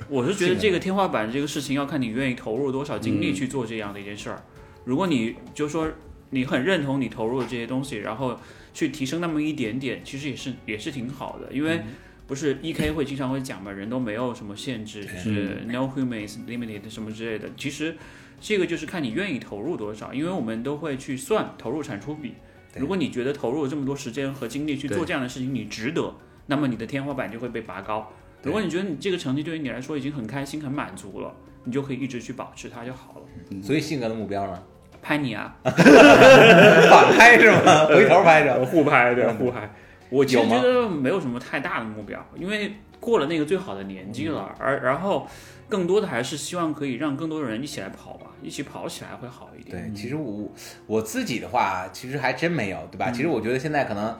B: 我是觉得这个天花板这个事情要看你愿意投入多少精力去做这样的一件事儿。如果你就说你很认同你投入的这些东西，然后去提升那么一点点，其实也是也是挺好的，因为。
C: 嗯
B: 不是 E K 会经常会讲嘛，人都没有什么限制，就是
C: 嗯
B: no human is limited 什么之类的。其实这个就是看你愿意投入多少，因为我们都会去算投入产出比。
C: 对
B: 如果你觉得投入了这么多时间和精力去做
A: 对
B: 这样的事情，你值得，那么你的天花板就会被拔高。
C: 对
B: 如果你觉得你这个成绩对于你来说已经很开心、很满足了，你就可以一直去保持它就好了。
C: 所以性格的目标 [laughs] 呢？
B: 拍你啊，
C: 反拍是吗？回头拍着。
B: 互拍对互拍。我其实
C: 嗯有吗
B: 觉得没有什么太大的目标，因为过了那个最好的年纪
C: 嗯
B: 了，而然后更多的还是希望可以让更多的人一起来跑吧，一起跑起来会好一点。
C: 对，其实我我自己的话，其实还真没有，对吧？
B: 嗯
C: 其实我觉得现在可能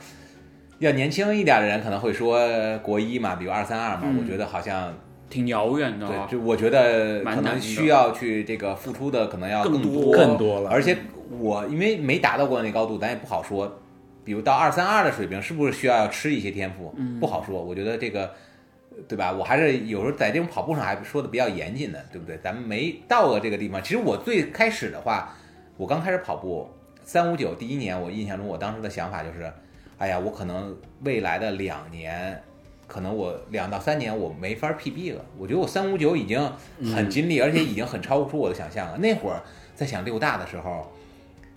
C: 要年轻一点的人可能会说国一嘛，比如二三二嘛，
B: 嗯
C: 我觉得好像
B: 挺遥远的、
C: 对，
B: 啊，
C: 就我觉得
B: 蛮
C: 可
B: 难
C: 能
B: 的
C: 需要去这个付出的可能要
B: 更
C: 多，
A: 更多了
C: 而且我因为没达到过那高度，咱也不好说。比如到二三二的水平，是不是需要要吃一些天赋？
A: 嗯
C: 不好说。我觉得这个，对吧？我还是有时候在这种跑步上还说的比较严谨的，对不对？咱们没到过这个地方。其实我最开始的话，我刚开始跑步三五九第一年，我印象中我当时的想法就是，哎呀，我可能未来的两年，可能我两到三年我没法 PB 了。我觉得我三五九已经
A: 嗯
C: 很尽力，而且已经很超出我的想象了。那会儿在想六大的时候，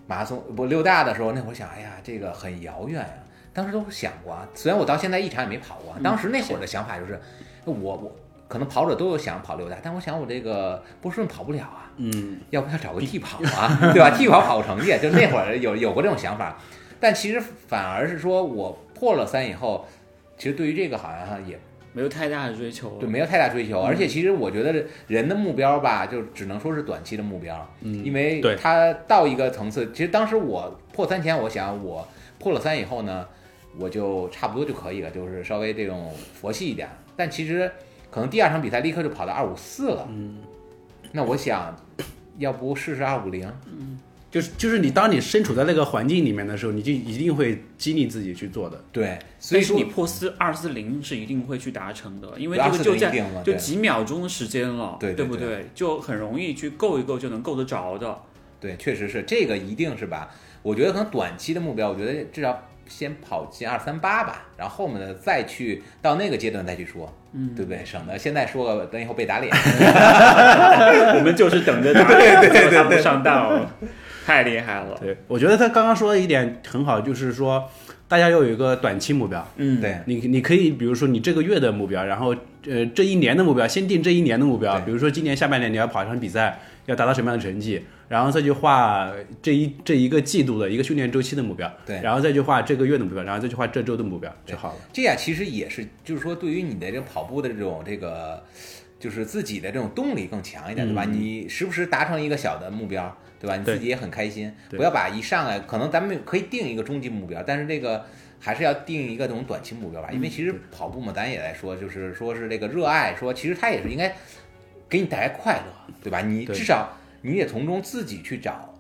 C: 马拉松不六大的时候，那会儿想，哎呀，这个很遥远啊。当时都想过啊，虽然我到现在一场也没跑过啊，当时那会儿的想法就是，我我可能跑者都有想跑六大，但我想我这个波士顿跑不了啊，
A: 嗯，
C: 要不要找个替跑啊，对吧？替跑跑个成绩，就那会儿有有过这种想法，但其实反而是说我破了三以后，其实对于这个好像也
B: 没有太大的追求。
C: 对没有太大追求，而且其实我觉得人的目标吧，就只能说是短期的目标，因为
A: 对
C: 他到一个层次，其实当时我破三前，我想我破了三以后呢，我就差不多就可以了，就是稍微这种佛系一点，但其实可能第二场比赛立刻就跑到二五四了，嗯，那我想要不试试二五零。
A: 就是就是你当你身处在那个环境里面的时候，你就一定会激励自己去做的。
C: 对，所
B: 但
C: 以
B: 是
C: 说
B: 你破四二四零是一定会去达成的，因为
C: 对
B: 这个就
C: 240一
B: 在
C: 定了
B: 就
C: 对
B: 几秒钟的时间了，
C: 对对
B: 不
C: 对
B: 对？就很容易去够一够就能够得着
C: [laughs]
B: 的。
C: 对，确实是这个，一定是吧？我觉得可能短期的目标，我觉得至少先跑进二三八吧，然后后面的再去到那个阶段再去说，嗯，对不对？省得现在说了，等以后被打脸。
B: 我们就是等着
C: [laughs]
B: 打，对对对，不上当哦，太厉害了。
A: 对，我觉得他刚刚说的一点很好，就是说大家要有一个短期目标。
B: 嗯，
C: 对
A: 你你可以比如说你这个月的目标，然后呃这一年的目标，先定这一年的目标，
C: 对
A: 比如说今年下半年你要跑一场比赛，要达到什么样的成绩，然后再去画这一这一个季度的一个训练周期的目标，
C: 对
A: 然后再去画这个月的目标，然后再去画这周的目标就好了。
C: 这样其实也是，就是说对于你的这跑步的这种这个，就是自己的这种动力更强一点，对吧？你时不时达成一个小的目标，对吧？
A: 嗯
C: 你
A: 对
C: 自己也很开心。
A: 对
C: 不要把一上来，可能咱们可以定一个终极目标，但是这个还是要定一个这种短期目标吧，
A: 嗯
C: 因为其实跑步嘛，咱也来说，就是说是这个热爱，说其实它也是应该给你带来快乐，对吧？你
A: 对
C: 至少你也从中自己去找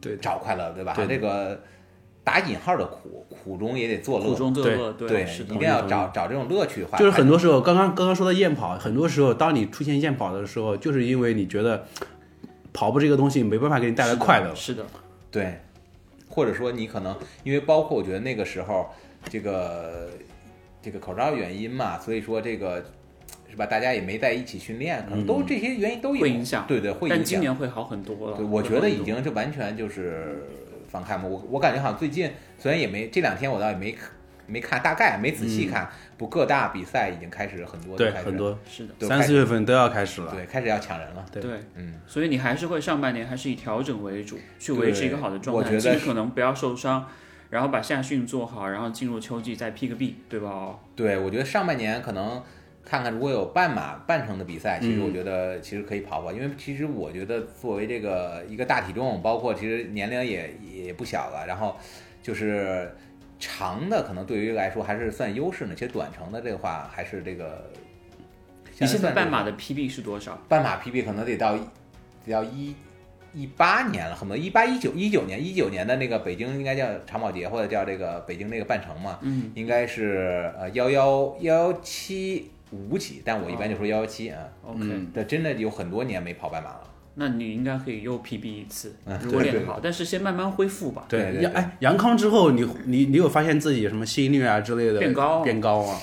A: 对
C: 找快乐，对吧？
A: 对
C: 这个打引号的苦，苦中也得作乐，
B: 苦中作乐，
C: 对，
B: 是的
C: 一定要找找这种乐趣化，
A: 就是很多时候，刚刚刚刚说到验跑，很多时候当你出现验跑的时候，就是因为你觉得跑步这个东西没办法给你带来快乐了。
B: 是的，
C: 对，或者说你可能因为包括我觉得那个时候这个这个口罩原因嘛，所以说这个是吧，大家也没在一起训练，可能都这些原因都有，
B: 会影响
C: 对对，会
B: 但
C: 影
B: 今
C: 响。
B: 年会好很多了。
C: 对，我觉得已
B: 会好
C: 经就完全就是放开嘛，我我感觉好像最近虽然也没这两天我倒也没看没看，大概没仔细看，不各大比赛已经开始很多都
A: 对，
C: 开始
A: 很多
B: 很多是的，
C: 都
A: 三
C: 开
A: 四
C: 始
A: 月份都要开始了。
C: 对开始要抢人了。
A: 对
B: 对，
C: 嗯，
B: 所以你还是会上半年还是以调整为主，去维持一个好的状态，
C: 对我觉
B: 尽
C: 得是
B: 可能不要受伤，然后把夏训做好，然后进入秋季再 P 个 B，对吧？
C: 对，我觉得上半年可能看看如果有半马、半程的比赛，其实
B: 嗯
C: 我觉得其实可以跑跑，因为其实我觉得作为这个一个大体重，包括其实年龄也也不小了，然后就是长的可能对于来说还是算优势呢，其实短程的这个话还是这个。
B: 你现在
C: 算是
B: 半马的 PB 是多少？
C: 半马 PB 可能得到一得到一一八年了，恨不得一八一九一九年一九年的那个北京应该叫长跑节或者叫这个北京那个半程嘛，
B: 嗯，
C: 应该是呃幺幺幺七五起，但我一般就说幺幺七啊。
B: OK，、
A: 嗯
C: 这真的有很多年没跑半马了。
B: 那你应该可以又 PB 一次，
C: 嗯
B: 如果
C: 对
B: 练好，但是先慢慢恢复吧。
C: 对对
A: 杨哎，杨康之后你，你你有发现自己什么吸引力啊之类的
B: 变高
A: 变高啊吗？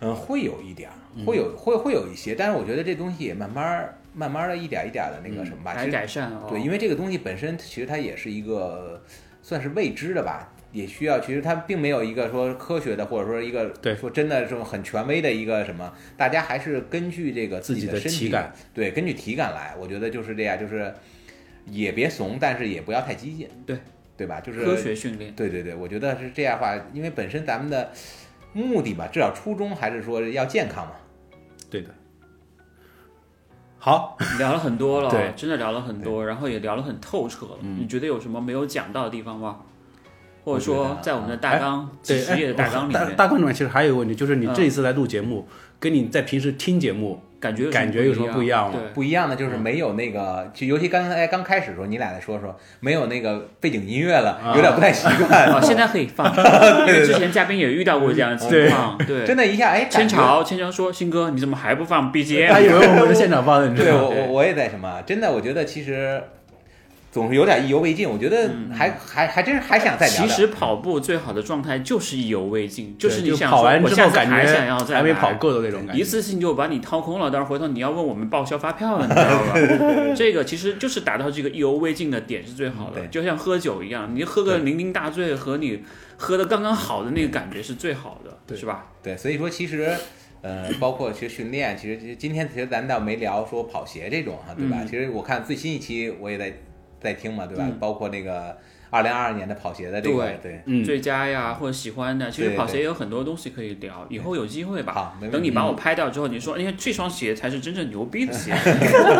C: 嗯，会有一点儿，会有会会有一些，但是我觉得这东西也慢慢儿慢慢的一点儿一点的那个什么吧，
B: 来
C: 其实
B: 改善哦。
C: 对，因为这个东西本身其实它也是一个算是未知的吧，也需要其实它并没有一个说科学的或者说一个
A: 对
C: 说真的这种很权威的一个什么，大家还是根据这个
A: 自己
C: 己
A: 的
C: 身
A: 体
C: 体
A: 感，
C: 对，根据体感来，我觉得就是这样，就是也别怂，但是也不要太激进，
B: 对
C: 对吧？就是
B: 科学训练，
C: 对对对，我觉得是这样的话，因为本身咱们的目的吧，至少初衷还是说要健康嘛。
A: 对的。好，
B: [laughs] 聊了很多了，
A: 对嗯
B: 真的聊了很多，然后也聊了很透彻了。你觉得有什么没有讲到的地方吗？或者
C: 我觉
B: 说
C: 得啊
B: 在我们的大纲几
A: 对，
B: 十页的
A: 哎
B: 大纲里
A: 大
B: 面，嗯
A: 大纲里面其实还有一个问题，就是你这一次来录节目，跟你在平时听节目，
B: 感觉
A: 感觉有什么不一样吗
B: 对，
C: 不一样的就是
B: 嗯
C: 没有那个，就尤其刚才刚开始的时候，你俩在说说没有那个背景音乐
B: 啊
C: 了，有点不太习
A: 哎
C: 惯。
B: 啊，现在可以
A: [laughs]
B: 放，因为之前嘉宾也遇到过这样的情况， [laughs] 对，
C: 真的一下哎，感
B: 千
C: 觉
B: 潮千潮说，新哥你怎么还不
A: 他
B: 放 BGM？
A: 以为我们是现场放的，你知
C: 对
B: [laughs]
A: 道吗？
C: 我我我也在什么，真的我觉得其实总是有点意犹未尽。我觉得还还还真是还想再聊
B: 嗯其
C: 聊。
B: 实跑步最好的状态就是意犹未尽，是你
A: 对
B: 想
A: 跑
B: 说
A: 完
B: 我
A: 之
B: 下
A: 后
B: 次
A: 感觉
B: 还想要再
A: 还没
B: 来
A: 跑够的那种感
B: 一
A: 觉。
B: 次性就把你掏空了，但是回头你要问我们报销发票了，你知
A: [laughs]
B: 道吧？这个其实就是达到这个意犹未尽的点是最好的，
C: 嗯对
B: 就像喝酒一样，你喝个酩酊大醉和你喝的刚刚好的那个感觉是最好的，
A: 对
B: 是吧？
C: 对，所以说其实，呃，包括其实训练，其实今天其实咱倒没聊说跑鞋这种哈，对吧？
B: 嗯
C: 其实我看最新一期我也在在听嘛，对吧？
B: 嗯
C: 包括那个二零二二年的跑鞋的这个，对，
A: 嗯，
B: 最佳呀，或者喜欢的，其实
C: 对
B: 跑
C: 对
B: 鞋有很多东西可以聊，以后有机会吧。
C: 好，没问
B: 等
C: 题
B: 你把我拍掉之后，你说，因为这双鞋才是真正牛逼的
C: [laughs]
B: 鞋， [laughs]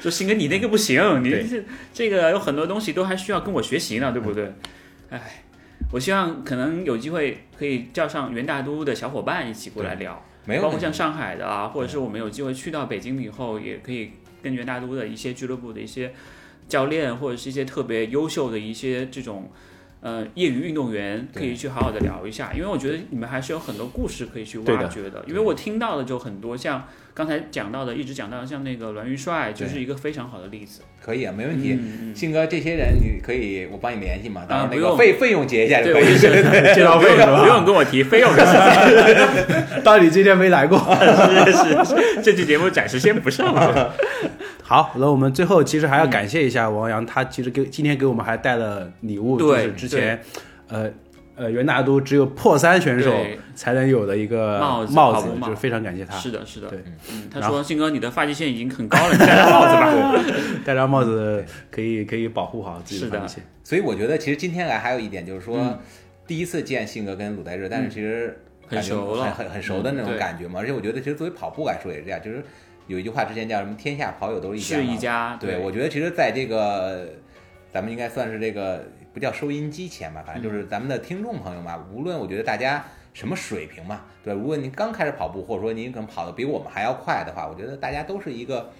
B: 就鑫哥你那个不行，你
A: 对
B: 这这个有很多东西都还需要跟我学习呢，对不
C: 嗯
B: 对？哎，我希望可能有机会可以叫上袁大都的小伙伴一起过来聊，
C: 没有
B: 包
C: 问
B: 括
C: 题
B: 像上海的啊，或者是我们有机会去到北京以后，也可以跟袁大都的一些俱乐部的一些教练，或者是一些特别优秀的一些这种。呃，业余运动员可以去好好的聊一下，因为我觉得你们还是有很多故事可以去
A: 对
B: 挖
A: 的
B: 掘的。因为我听到的就很多，像刚才讲到的，一直讲到的像那个栾玉帅，就是一个非常好的例子。
C: 可以啊，没问题。
B: 嗯，嗯
C: 信哥，这些人你可以，我帮你联系嘛，到时候那
B: 不用
C: 个费费用结一下
B: 对，
C: 就可
B: 我
C: 以。
B: 就是
A: [laughs] 介绍费是
B: 不用
A: 吧？
B: 跟我提费用的事情。
A: 到底今天没来过。 [laughs]
B: 是是是，这期节目暂时先不上了。
A: 好，那我们最后其实还要感谢一下王阳，他其实给今天给我们还带了礼物，就
B: 对
A: 是之前，呃呃袁大都只有破三选手
B: 对
A: 才能有的一个
B: 帽
A: 帽
B: 子跑步帽
A: 就是非常感谢他。
B: 是的，是的
A: 对。
B: 嗯，他
A: 然
B: 说：“信哥，你的发际线已经
A: [laughs]
B: 很高了，你戴上帽子吧。
A: 戴上帽子可以可以保护好自己的发际线。
C: [laughs] 所以我觉得，其实今天来还有一点就是说，
B: 嗯
C: 第一次见信哥跟鲁代热，但是其实
B: 很
C: 感觉
B: 熟了
C: 很很很熟的那
B: 嗯
C: 种
B: 对
C: 感觉嘛。而且我觉得，其实作为跑步来说也是这样，就是有一句话之前叫什么“天下跑友都”是一家”，
B: 是一。家，
C: 对，我觉得其实在这个咱们应该算是这个不叫收音机前吧，反
B: 嗯
C: 正就是咱们的听众朋友嘛，无论我觉得大家什么水平嘛，对，如果您刚开始跑步，或者说您可能跑的比我们还要快的话，我觉得大家都是一个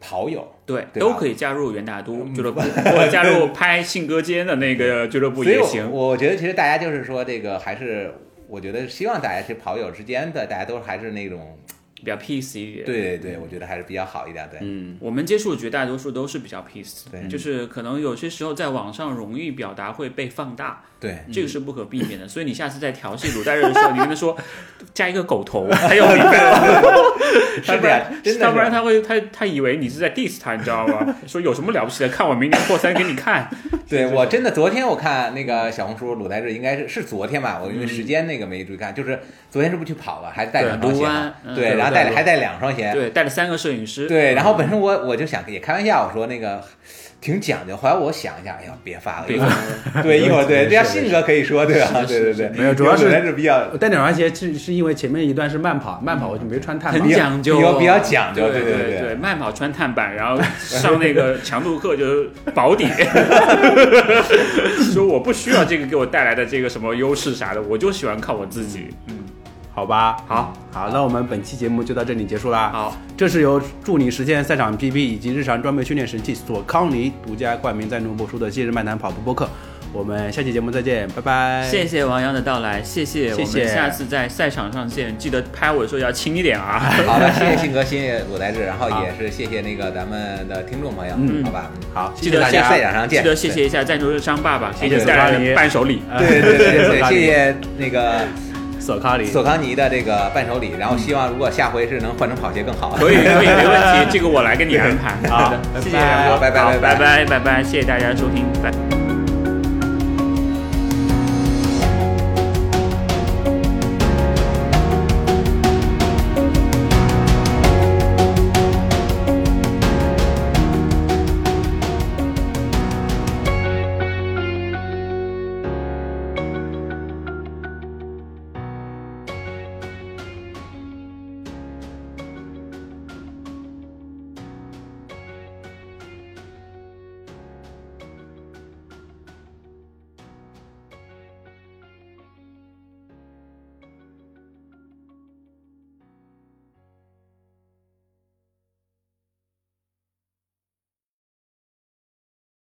C: 跑友。
B: 对，
C: 对吧嗯
B: 都可以加入袁大都俱
C: [laughs]
B: 乐部，或者加入拍信鸽间的那个俱乐部
C: 所以
B: 也
C: 我，
B: 行。
C: 我觉得其实大家就是说这个还是。我觉得希望大家是跑友之间的，大家都还是那种，
B: 比较 peace 一点。
C: 对对对，我觉得还是比较好一点，对，
A: 嗯，
B: 我们接触绝大多数都是比较 peace，
C: 对
B: 就是可能有些时候在网上容易表达会被放大，
C: 对，
B: 这个是不可避免的。所以你下次在调戏鲁代热的时候，你跟他说加一个狗头，他要明
C: [laughs]
B: 白了，
C: 是这样，真的
B: 要
C: 是
B: 不然他会他他以为你是在 diss 他，你知道吗？ [laughs] 说有什么了不起的，看我明年破三给你看。
C: 对我真的昨天我看那个小红书鲁代日应该是是昨天吧，我因为时间那个没注意看，就是昨天是不是去跑了，还带两双
B: 对
C: 鞋
B: 卢
C: 嘛
B: 湾，嗯
C: 对，
A: 对
C: 然后
A: 对
C: 带
A: 对
C: 还带两双鞋，
B: 对，带了三个摄影师，
C: 对，嗯然后本身我我就想也开玩笑，我说那个挺讲究，后来我想一下，哎呀，别发了，
B: 对
C: [laughs] 一会儿对，一会儿 [laughs] 对，这样性格可以说对吧？对对对，
A: 没有主要是
C: 还是比呃较
A: 我戴两双鞋是是因为前面一段是慢跑，慢跑我就没穿碳
B: 很
A: 嘛。
B: 讲究，
C: 比较比较讲究
B: 对
C: 对对
B: 对
C: 对
B: 慢跑穿碳板，然后上那个强度课就是保底， [laughs] 说我不需要这个给我带来的这个什么优势啥的，我就喜欢靠我自己。嗯，
A: 好吧？
B: 好，
A: 好，那我们本期节目就到这里结束啦。
B: 好，
A: 这是由助你实现赛场 PB 以及日常装备训练神器索康尼独家冠名赞助播出的《今日漫谈跑步播客》，我们下期节目再见，拜拜。
B: 谢谢王洋的到来，谢
A: 哎
B: 谢，
A: 谢
B: 我
A: 谢
B: 们下次在赛场上见，记得拍我的时候要轻一点啊。
C: 好了， [laughs] 谢谢信哥，谢谢鲁代志，然后也是谢谢那个咱们的听众朋友，好吧？嗯
A: 好，
C: 谢谢大家，赛场上见，
B: 记得谢谢一下赞助商爸爸，给
A: 谢
B: 你
A: 谢
B: 带来
A: 索康尼
B: 的伴手礼。 [laughs]
C: 对。对对对对
A: 索
C: [laughs] 对，
A: 康尼
C: 谢谢那个
A: 索康尼，
C: 索康尼的这个伴手礼，然后希望如果下回是能换成跑鞋更好。
B: 可以可以，没问题，这个我来给你安排。
A: 好
B: 好的，谢谢
A: 拜拜
B: 梁哥，
C: 拜拜
B: 好
C: 拜拜
B: 拜拜拜拜，谢谢大家收听，拜。